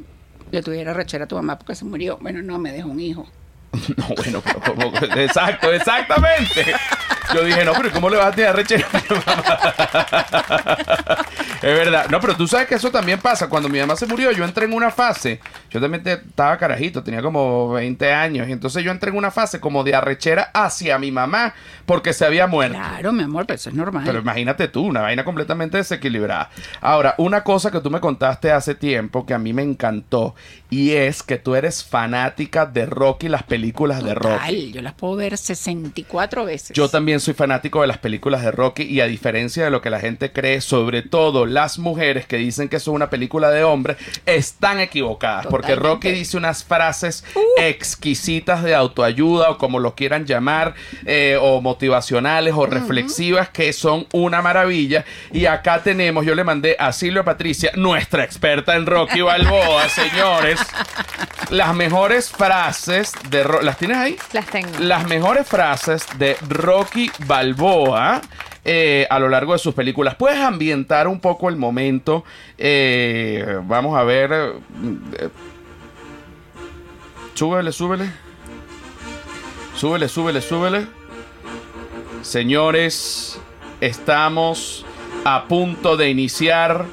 S2: le tuviera rechera a tu mamá porque se murió. Bueno, no, me dejó un hijo.
S1: No, bueno, pero como- exacto, exactamente. Yo dije, no, pero ¿cómo le vas a tirar rechera a mi mamá? [LAUGHS] Es verdad. No, pero tú sabes que eso también pasa. Cuando mi mamá se murió, yo entré en una fase. Yo también te- estaba carajito, tenía como 20 años. Y entonces yo entré en una fase como de arrechera hacia mi mamá porque se había muerto.
S2: Claro, mi amor, pero eso es normal.
S1: Pero imagínate tú, una vaina completamente desequilibrada. Ahora, una cosa que tú me contaste hace tiempo que a mí me encantó y es que tú eres fanática de Rocky, las películas de Rocky.
S2: Total, yo las puedo ver 64 veces.
S1: Yo también soy fanático de las películas de Rocky y a diferencia de lo que la gente cree, sobre todo las mujeres que dicen que eso es una película de hombres, están equivocadas porque
S2: Totalmente.
S1: Rocky dice unas frases exquisitas de autoayuda o como lo quieran llamar, eh, o motivacionales o reflexivas que son una maravilla. Y acá tenemos, yo le mandé a Silvia Patricia, nuestra experta en Rocky Balboa, señores, las mejores frases de Rocky. ¿Las tienes ahí?
S3: Las tengo.
S1: las mejores frases de Rocky Balboa eh, a lo largo de sus películas. Puedes ambientar un poco el momento. Eh, vamos a ver. eh, eh, súbele, súbele. Súbele, súbele, súbele. Señores, estamos a punto de iniciar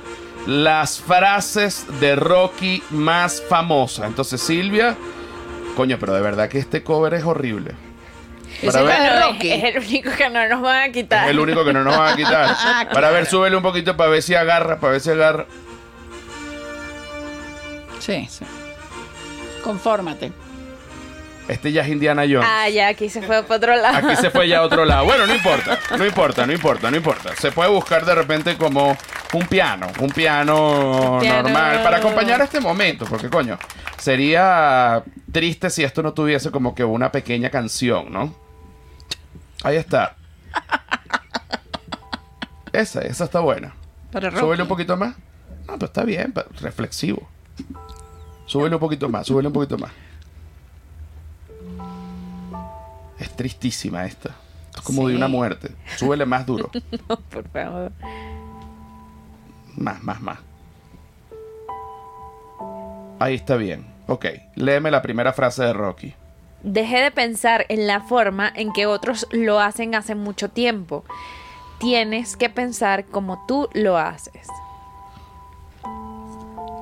S1: las frases de Rocky más famosas. Entonces, Silvia, coño, pero de verdad que este cover es horrible.
S2: Ese
S1: ver-
S2: es el
S3: Pero
S2: Rocky.
S3: Es el único que no nos van a
S1: Es
S3: quitar.
S1: el único que no nos van a quitar. Para ver, súbele un poquito para ver si agarra, para ver si agarra.
S2: Sí, sí. Confórmate.
S1: Este ya es Indiana Jones.
S3: Ah, ya, aquí se fue para otro lado.
S1: Aquí se fue ya a otro lado. Bueno, no importa, no importa, no importa, no importa. Se puede buscar de repente como un piano, un piano,
S3: Un piano.
S1: normal para acompañar este momento, porque coño, sería triste si esto no tuviese como que una pequeña canción, ¿no? Ahí está. Esa, esa está buena.
S2: Para Rocky.
S1: Súbele un poquito más. No, pero está bien, pa- reflexivo. Súbele un poquito más, súbele un poquito más. Es tristísima esta. Esto es como de
S3: Sí.
S1: una muerte. Súbele más
S2: [LAUGHS]
S1: duro.
S3: No, [LAUGHS] por favor.
S1: Más, más, más. Ahí está bien. Ok, léeme la primera frase de Rocky.
S3: Dejé de pensar en la forma en que otros lo hacen hace mucho tiempo. Tienes que pensar como tú lo haces.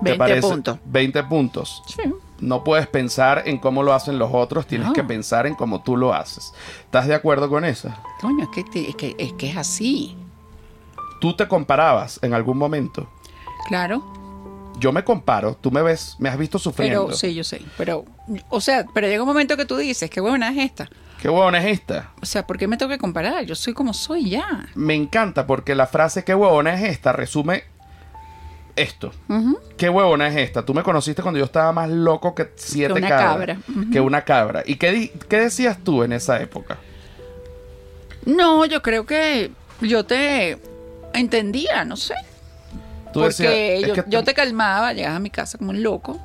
S2: 20 puntos.
S1: 20 puntos.
S2: Sí.
S1: No puedes pensar en cómo lo hacen los otros, tienes
S2: No.
S1: que pensar en cómo tú lo haces. ¿Estás de acuerdo con esa?
S2: Coño, es que, te- es que, es que es así.
S1: ¿Tú te comparabas en algún momento?
S2: Claro.
S1: Yo me comparo, tú me ves, me has visto sufriendo.
S2: Pero sí, yo sé. Pero, o sea, pero llega un momento que tú dices, qué buena es esta.
S1: ¿Qué huevona es esta?
S2: O sea, ¿por qué me tengo que comparar? Yo soy como soy ya.
S1: Me encanta porque la frase qué huevona es esta resume esto. ¿Qué huevona es esta? Tú me conociste cuando yo estaba más loco que siete
S2: Que una
S1: cabras.
S2: cabra. Ujú.
S1: Que una cabra. ¿Y qué, di- qué decías tú en esa época?
S2: No, yo creo que yo te entendía, no sé.
S1: Tú
S2: porque
S1: "Es
S2: yo,
S1: que tú-
S2: yo te calmaba, llegabas a mi casa como un loco.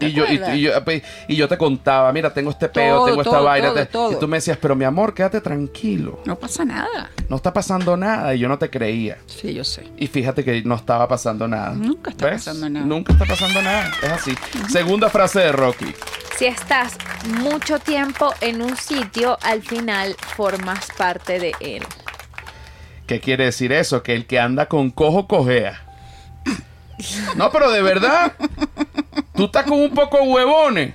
S1: Y yo, y,
S2: acuerdas?
S1: y yo, pues, y yo te contaba, mira, tengo este peo,
S2: Todo,
S1: tengo esta
S2: todo,
S1: vaina.
S2: todo,
S1: te- Y
S2: todo.
S1: tú me decías, pero mi amor, quédate tranquilo.
S2: No pasa nada.
S1: No está pasando nada. Y yo no te creía.
S2: Sí, yo sé.
S1: Y fíjate que no estaba pasando nada.
S2: Nunca está pasando nada.
S1: Nunca está pasando nada. Es así. Segunda frase de Rocky.
S3: Si estás mucho tiempo en un sitio, al final formas parte de él.
S1: ¿Qué quiere decir eso? Que el que anda con cojo cojea. No, pero de verdad. Tú estás con un poco de huevones.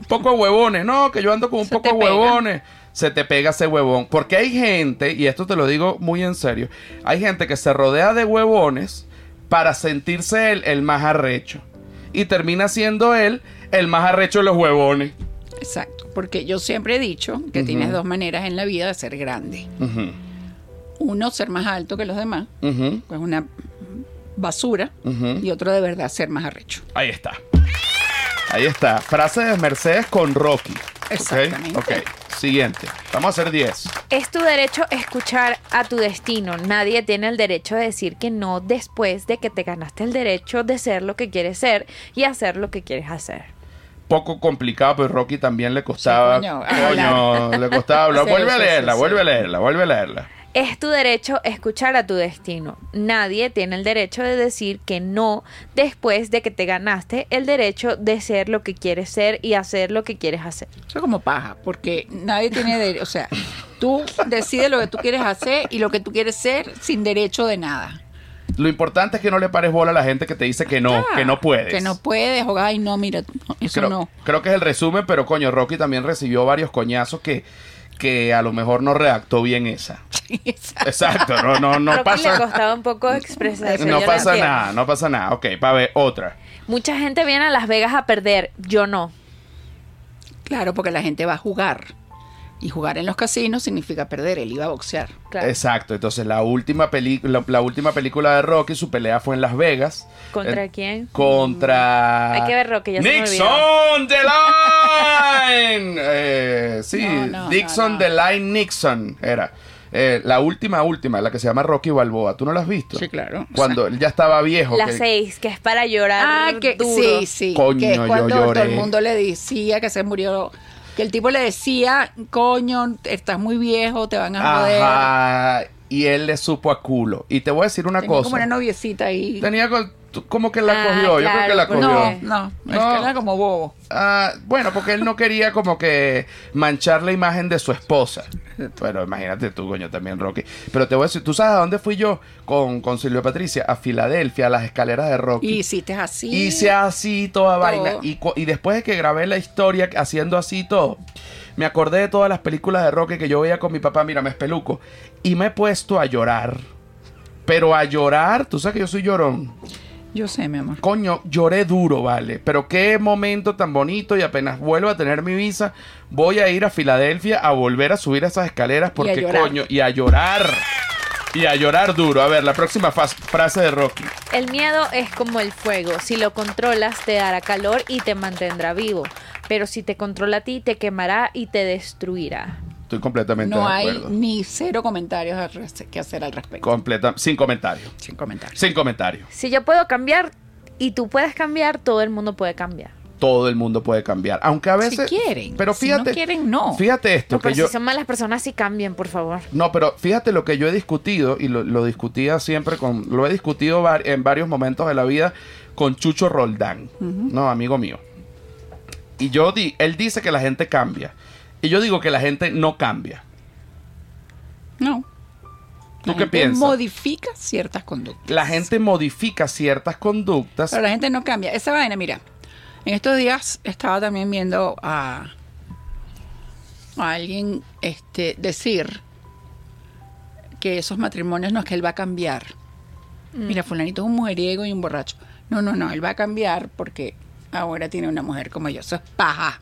S1: Un poco de huevones. No, que yo ando con un
S2: Se
S1: poco de
S2: te pega.
S1: huevones. Se te pega ese huevón. Porque hay gente, y esto te lo digo muy en serio, hay gente que se rodea de huevones para sentirse el, el más arrecho. Y termina siendo él el más arrecho de los huevones.
S2: Exacto. Porque yo siempre he dicho que tienes dos maneras en la vida de ser grande.
S1: Ujú,
S2: Uno, ser más alto que los demás,
S1: ujú,
S2: que es una basura.
S1: ujú.
S2: Y otro, de verdad, ser más arrecho.
S1: Ahí está. Ahí está. Frase de Mercedes con Rocky. ¿Ok?
S2: Exactamente.
S1: Ok. Siguiente. Vamos a hacer 10.
S3: Es tu derecho escuchar a tu destino. Nadie tiene el derecho de decir que no después de que te ganaste el derecho de ser lo que quieres ser y hacer lo que quieres hacer.
S1: Poco complicado, pero Rocky también le costaba.
S2: Sí, coño,
S1: coño, le costaba hablar.
S2: Sí,
S1: vuelve a
S2: sí,
S1: leerla,
S2: sí,
S1: vuelve
S2: sí.
S1: a leerla, vuelve a leerla.
S3: Es tu derecho escuchar a tu destino. Nadie tiene el derecho de decir que no después de que te ganaste el derecho de ser lo que quieres ser y hacer lo que quieres hacer.
S2: Eso es como paja, porque nadie tiene derecho. O sea, tú decides lo que tú quieres hacer y lo que tú quieres ser sin derecho de nada.
S1: Lo importante es que no le pares bola a la gente que te dice que no,
S2: Ah,
S1: que no puedes.
S2: Que no puedes, o ay, no, mira, no, eso
S1: creo,
S2: no. [LAUGHS]
S1: creo que es el resumen, pero coño, Rocky también recibió varios coñazos que, que a lo mejor no redactó bien esa. Exacto, no, no,
S2: [LAUGHS]
S1: no
S3: Creo que le
S1: pasa.
S3: costaba un poco expresarse.
S1: No
S3: yo lo
S1: pasa
S3: entiendo.
S1: nada, no pasa nada. Ok, para ver, otra.
S3: Mucha gente viene a Las Vegas a perder, yo no.
S2: Claro, porque la gente va a jugar. Y jugar en los casinos significa perder, él iba a boxear.
S3: Claro.
S1: Exacto, entonces la última película, la última película de Rocky, su pelea fue en Las Vegas.
S3: ¿Contra
S1: Eh,
S3: quién? Mm.
S1: Contra.
S3: Hay que ver Rocky, ya se me
S1: Nixon the
S3: [LAUGHS]
S1: Line. Eh, sí,
S2: No, no,
S1: Dixon
S2: no, no.
S1: the Line Nixon era. Eh, la última, última, la que se llama Rocky Balboa. ¿Tú no la has visto?
S2: Sí, claro.
S1: Cuando él ya estaba viejo.
S3: La
S1: que-
S3: 6, que es para llorar.
S2: Ah, que
S3: duro.
S2: sí, sí.
S1: Coño,
S2: que es
S1: yo
S2: cuando todo
S1: lloré.
S2: el mundo le decía que se murió. Que el tipo le decía, coño, estás muy viejo, te van a joder.
S1: Ajá. Y él le supo a culo. Y te voy a decir una
S2: Tenía
S1: cosa.
S2: como una noviecita ahí.
S1: Tenía con- tú- como que la
S3: Ah,
S1: cogió. Yo creo
S3: claro,
S1: que la
S3: pues,
S1: cogió.
S2: No, no,
S1: No.
S2: Es que era como bobo.
S1: Ah, bueno, porque él no quería como que manchar la imagen de su esposa. Pero imagínate tú, coño, también, Rocky. Pero te voy a decir, ¿tú sabes a dónde fui yo con, con Silvia Patricia? A Filadelfia, a las escaleras de Rocky.
S2: Y hiciste así.
S1: Hice así toda
S2: Todo.
S1: vaina. Y, cu- y después de que grabé la historia haciendo así todo, me acordé de todas las películas de Rocky que yo veía con mi papá, mira, me espeluco. Y me he puesto a llorar. Pero a llorar, tú sabes que yo soy llorón.
S2: Yo sé, mi amor.
S1: Coño, lloré duro, vale. Pero qué momento tan bonito y apenas vuelvo a tener mi visa, voy a ir a Filadelfia a volver a subir esas escaleras porque
S2: llorar.
S1: coño, y a llorar. Y a llorar duro. A ver, la próxima fas- frase de Rocky.
S3: El miedo es como el fuego. Si lo controlas, te dará calor y te mantendrá vivo. Pero si te controla a ti, te quemará y te destruirá.
S1: Estoy completamente
S2: No
S1: de
S2: hay
S1: acuerdo.
S2: ni cero comentarios al res- que hacer al respecto.
S1: Completa sin comentario.
S2: Sin comentarios.
S1: Sin comentario.
S3: Si yo puedo cambiar y tú puedes cambiar, todo el mundo puede cambiar.
S1: Todo el mundo puede cambiar, aunque a
S2: Si
S1: veces
S2: quieren.
S1: Pero
S2: Si no
S1: fíjate,
S2: quieren, no.
S1: Fíjate esto
S3: No, pero
S1: que yo
S3: si son malas personas, sí cambien, por favor.
S1: No, pero fíjate lo que yo he discutido y lo, lo discutía siempre con. Lo he discutido var- en varios momentos de la vida con Chucho Roldán, ¿no? Amigo mío. Y yo di, él dice que la gente cambia. Y yo digo que la gente no cambia.
S2: No.
S1: ¿Tú
S2: La
S1: qué
S2: gente
S1: piensas?
S2: Modifica ciertas conductas.
S1: La gente modifica ciertas conductas.
S2: Pero la gente no cambia. Esa vaina, mira. En estos días estaba también viendo a, a alguien este, decir que esos matrimonios no es que él va a cambiar. Mira, fulanito es un mujeriego y un borracho. No, no, no, él va a cambiar porque ahora tiene una mujer como yo. Eso es paja.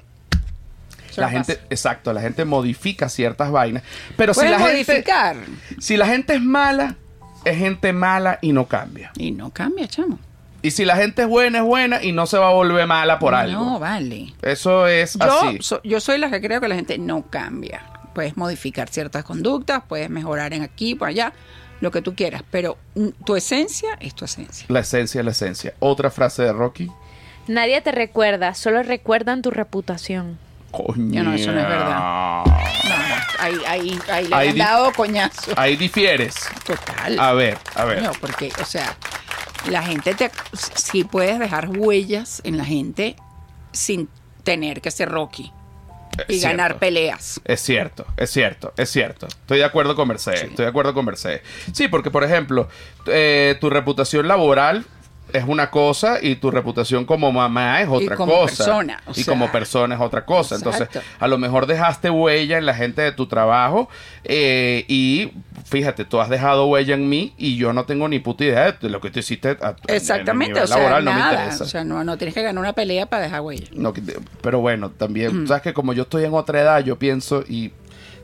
S2: Eso
S1: la
S2: no
S1: gente,
S2: pasa.
S1: exacto, la gente modifica ciertas vainas. Pero si
S2: Puedes
S1: la, gente,
S2: modificar.
S1: si la gente es mala, es gente mala y no cambia.
S2: Y no cambia, chamo.
S1: Y si la gente es buena, es buena y no se va a volver mala por
S2: no,
S1: algo.
S2: vale.
S1: Eso es así.
S2: Yo, so- yo soy la que creo que la gente no cambia. Puedes modificar ciertas conductas, puedes mejorar en aquí, por allá, lo que tú quieras, pero mm, tu esencia es tu esencia.
S1: La esencia es la esencia. Otra frase de Rocky.
S3: Nadie te recuerda, solo recuerdan tu reputación.
S1: Coño.
S2: No, eso no es verdad. No, no, ahí, ahí, ahí le
S1: Ahí
S2: han
S1: di- Ah,
S2: dado coñazo.
S1: Ahí difieres.
S2: Total.
S1: A ver, a ver.
S2: Coño, porque, o sea, la gente te. Si puedes dejar huellas en la gente sin tener que ser Rocky y
S1: Es Eh,
S2: ganar
S1: cierto.
S2: peleas.
S1: Es cierto, es cierto, es cierto. Estoy de acuerdo con Mercedes,
S2: Sí.
S1: estoy de acuerdo con Mercedes. Sí, porque por ejemplo, eh, tu reputación laboral es una cosa y tu reputación como mamá es otra
S2: como
S1: cosa.
S2: persona, o
S1: y
S2: sea.
S1: como persona es otra cosa. Entonces,
S2: Exacto.
S1: a lo mejor dejaste huella en la gente de tu trabajo eh, y fíjate, tú has dejado huella en mí y yo no tengo ni puta idea de lo que tú hiciste. a- en el
S2: Exactamente,
S1: nivel
S2: o sea,
S1: laboral, no me
S2: nada.
S1: interesa.
S2: o sea, no, no tienes que ganar una pelea para dejar huellas.
S1: No, que- pero bueno,
S2: Mm.
S1: también, sabes que como yo estoy en otra edad, yo pienso y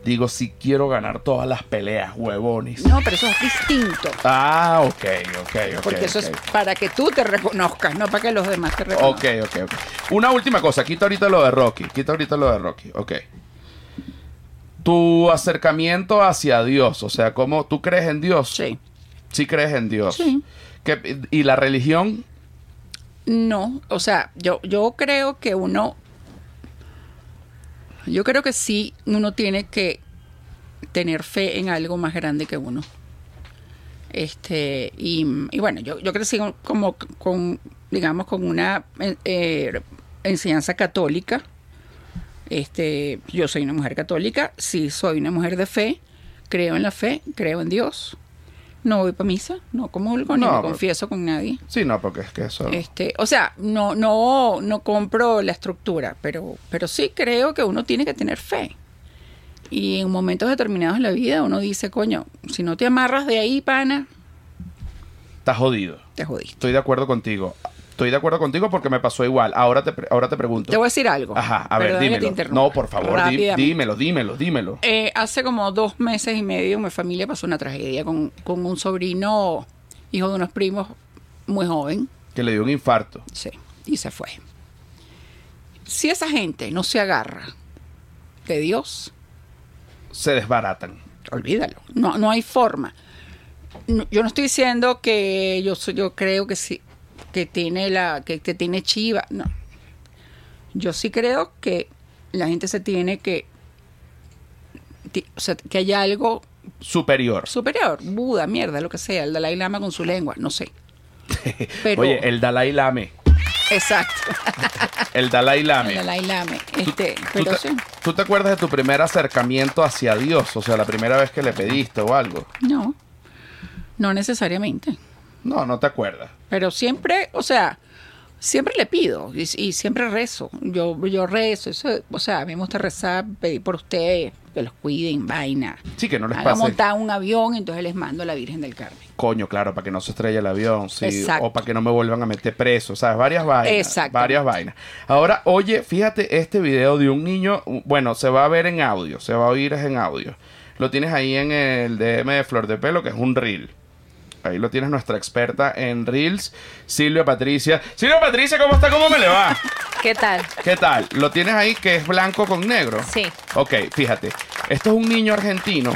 S1: digo, si quiero ganar todas las peleas, huevones.
S2: No, pero eso es distinto.
S1: Ah, ok, ok, ok.
S2: Porque eso
S1: ok.
S2: es para que tú te reconozcas, no para que los demás te
S1: Ok,
S2: reconozcan.
S1: ok, ok. Una última cosa, quita ahorita lo de Rocky, quita ahorita lo de Rocky, ok. Tu acercamiento hacia Dios, o sea, ¿cómo tú crees en Dios?
S2: Sí.
S1: Sí crees en Dios.
S2: Sí.
S1: ¿Qué- ¿Y la religión?
S2: No, o sea, yo, yo creo que uno. Yo creo que sí, uno tiene que tener fe en algo más grande que uno. Este, y, y bueno, yo, yo crecí con- como con, digamos, con una eh, eh, enseñanza católica. Este, yo soy una mujer católica, sí soy una mujer de fe, creo en la fe, creo en Dios. No voy para misa, no comulgo, ni
S1: No,
S2: me
S1: pero-
S2: confieso con nadie.
S1: Sí, no, porque es que eso...
S2: Este, o sea, no, no, no compro la estructura, pero, pero sí creo que uno tiene que tener fe. Y en momentos determinados de la vida uno dice, coño, si no te amarras de ahí, pana,
S1: Está jodido.
S2: te jodiste.
S1: Estoy de acuerdo contigo. Estoy de acuerdo contigo porque me pasó igual. Ahora te, pre- ahora te pregunto.
S2: Te voy a decir algo.
S1: Ajá, a ver,
S2: Perdona que te
S1: dímelo.
S2: interrumpa.
S1: No, por favor, di-
S2: Rápidamente.
S1: dímelo, dímelo, dímelo.
S2: Eh, hace como dos meses y medio mi familia pasó una tragedia con, con un sobrino, hijo de unos primos, muy joven.
S1: Que le dio un infarto.
S2: Sí, y se fue. Si esa gente no se agarra de Dios,
S1: Se desbaratan.
S2: olvídalo. No, no hay forma. No, yo no estoy diciendo que yo soy- yo creo que sí, que tiene la, que, que tiene Chiva. No. Yo sí creo que la gente se tiene que. ti- O sea, que hay algo
S1: Superior. [LAUGHS]
S2: superior. Buda, mierda, lo que sea, el Dalai Lama con su lengua, no sé. Pero-
S1: Oye, el Dalai Lama.
S2: Exacto.
S1: El Dalai Lama.
S2: [LAUGHS] El Dalai Lama. Este,
S1: ¿Tú
S2: pero
S1: te,
S2: sí.
S1: tú te acuerdas de tu primer acercamiento hacia Dios? O sea, la primera vez que le pediste o algo.
S2: No. No necesariamente.
S1: No, no te acuerdas.
S2: Pero siempre, o sea, siempre le pido y, y siempre rezo. Yo, yo rezo, eso, o sea, a mí me gusta rezar, pedir por ustedes, que los cuiden, vaina.
S1: Sí, que no les
S2: Haga
S1: pase.
S2: montar un avión, entonces les mando a la Virgen del Carmen.
S1: Coño, claro, para que no se estrelle el avión, sí,
S2: Exacto.
S1: o para que no me vuelvan a meter preso, ¿sabes? Varias vainas.
S2: Exactamente.
S1: Varias vainas. Ahora, oye, fíjate este video de un niño, bueno, se va a ver en audio, se va a oír es en audio. Lo tienes ahí en el DM de Flor de Pelo, que es un reel. Ahí lo tienes nuestra experta en reels, Silvia Patricia. Silvia Patricia, ¿cómo está? ¿Cómo me le va?
S3: ¿Qué tal?
S1: ¿Qué tal? Lo tienes ahí que es blanco con negro.
S3: Sí.
S1: Ok, fíjate. Esto es un niño argentino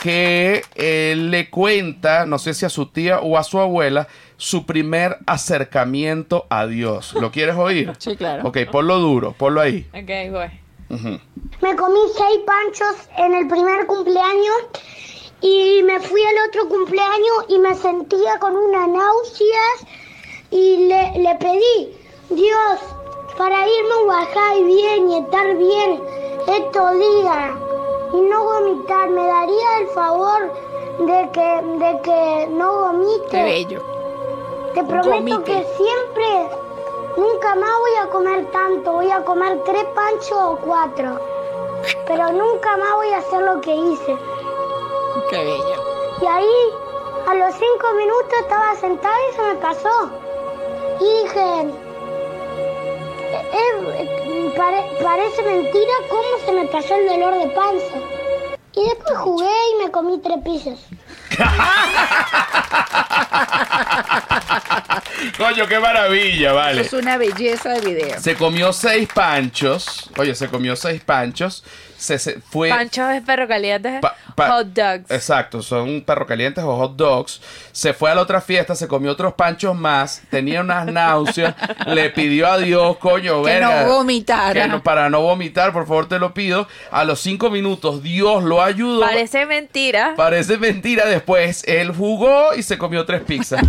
S1: que eh, le cuenta, no sé si a su tía o a su abuela, su primer acercamiento a Dios. ¿Lo quieres oír?
S2: [LAUGHS] Sí, claro.
S1: Ok, ponlo duro, ponlo ahí.
S3: Ok, voy.
S4: Me comí seis panchos en el primer cumpleaños y me fui al otro cumpleaños y me sentía con unas náuseas y le, le pedí, Dios, para irme a Huajay bien y estar bien estos días y no vomitar, me daría el favor de que, de que no vomite.
S2: Qué bello.
S4: Te prometo
S2: Comite.
S4: que siempre, nunca más voy a comer tanto. Voy a comer tres panchos o cuatro. Pero nunca más voy a hacer lo que hice.
S2: Qué bello.
S4: Y ahí, a los cinco minutos estaba sentada y se me pasó. Y dije, "Eh, eh, pare- parece mentira cómo se me pasó el dolor de panza. Y después jugué y me comí tres pisos.
S1: Coño, qué maravilla, vale.
S2: Es una belleza de video.
S1: Se comió seis panchos. Oye, se comió seis panchos. Se, se- fue.
S3: Panchos es perro caliente.
S1: Pa- pa-
S3: hot dogs.
S1: Exacto, son perro calientes o hot dogs. Se fue a la otra fiesta, se comió otros panchos más, tenía
S2: [LAUGHS]
S1: unas náuseas, le pidió a Dios, coño,
S2: Que
S1: verga,
S2: no vomitara.
S1: que no- para no vomitar, por favor, te lo pido. A los cinco minutos, Dios lo ayudó.
S3: Parece mentira.
S1: Parece mentira después. Él jugó y se comió tres pizzas.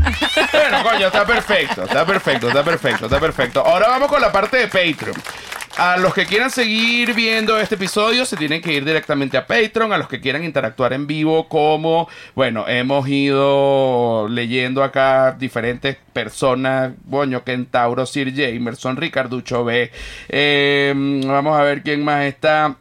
S1: bueno, coño, está perfecto, está perfecto, está perfecto, está perfecto. Ahora vamos con la parte de Patreon. A los que quieran seguir viendo este episodio se tienen que ir directamente a Patreon. A los que quieran interactuar en vivo, como, bueno, hemos ido leyendo acá diferentes personas. Boño, Kentauro, Sir Jamerson, Ricarducho B. Eh, vamos a ver quién más está.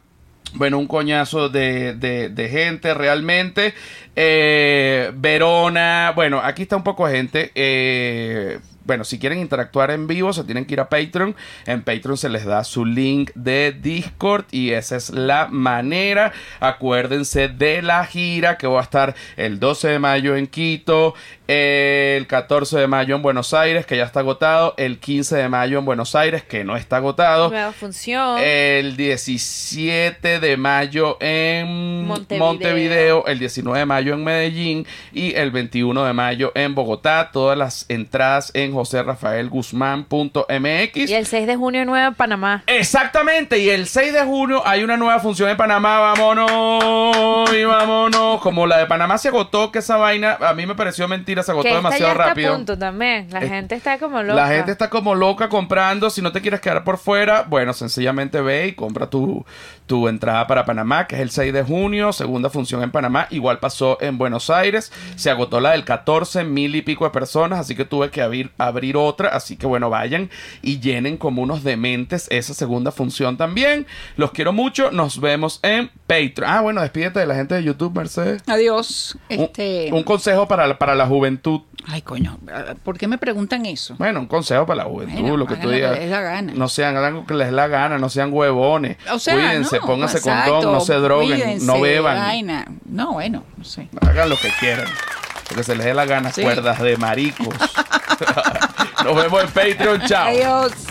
S1: Bueno, un coñazo de, de- de gente realmente. Eh, Verona, bueno, aquí está un poco de gente. Eh, bueno, si quieren interactuar en vivo, se tienen que ir a Patreon. En Patreon se les da su link de Discord y esa es la manera. Acuérdense de la gira que va a estar el 12 de mayo en Quito, el 14 de mayo en Buenos Aires, que ya está agotado, el 15 de mayo en Buenos Aires, que no está agotado.
S3: Nueva función.
S1: El 17 de mayo en Montevideo.
S3: Montevideo.
S1: el 19 de mayo en Medellín y el 21 de mayo en Bogotá. Todas las entradas en
S3: y
S1: joserrafaelguzmán.mx.
S3: el 6 de junio nueva en Panamá.
S1: Exactamente, y el 6 de junio hay una nueva función en Panamá, vámonos y vámonos. Como la de Panamá se agotó, que esa vaina a mí me pareció mentira, se agotó
S3: Que esta ya
S1: demasiado
S3: está
S1: rápido.
S3: a punto también. La
S1: Eh,
S3: gente está como loca.
S1: La gente está como loca comprando. Si no te quieres quedar por fuera, bueno, sencillamente ve y compra tu, tu entrada para Panamá, que es el 6 de junio, segunda función en Panamá. Igual pasó en Buenos Aires. Se agotó la del 14, mil y pico de personas, así que tuve que abrir, abrir otra. Así que bueno, vayan y llenen como unos dementes esa segunda función también. Los quiero mucho. Nos vemos en Patreon. Ah, bueno, despídete de la gente de YouTube, Mercedes.
S2: Adiós.
S1: Un-
S2: Este.
S1: Un, consejo para, la- para la juventud.
S2: Ay, coño. ¿Por qué me preguntan eso?
S1: Bueno, un consejo para la juventud,
S2: Bueno,
S1: lo que tú
S2: hagan lo que
S1: digas.
S2: les da gana.
S1: No sean hagan lo que les dé la gana, no sean huevones.
S2: O sea,
S1: Cuídense,
S2: no,
S1: pónganse
S2: exacto,
S1: condón, no se droguen, no
S2: cuídense,
S1: beban.
S2: vaina. No, bueno, no sé.
S1: Hagan lo que quieran. Lo que se les dé la gana,
S2: Sí. [LAUGHS]
S1: cuerdas de maricos. Nos vemos en Patreon, chao.
S2: Adiós.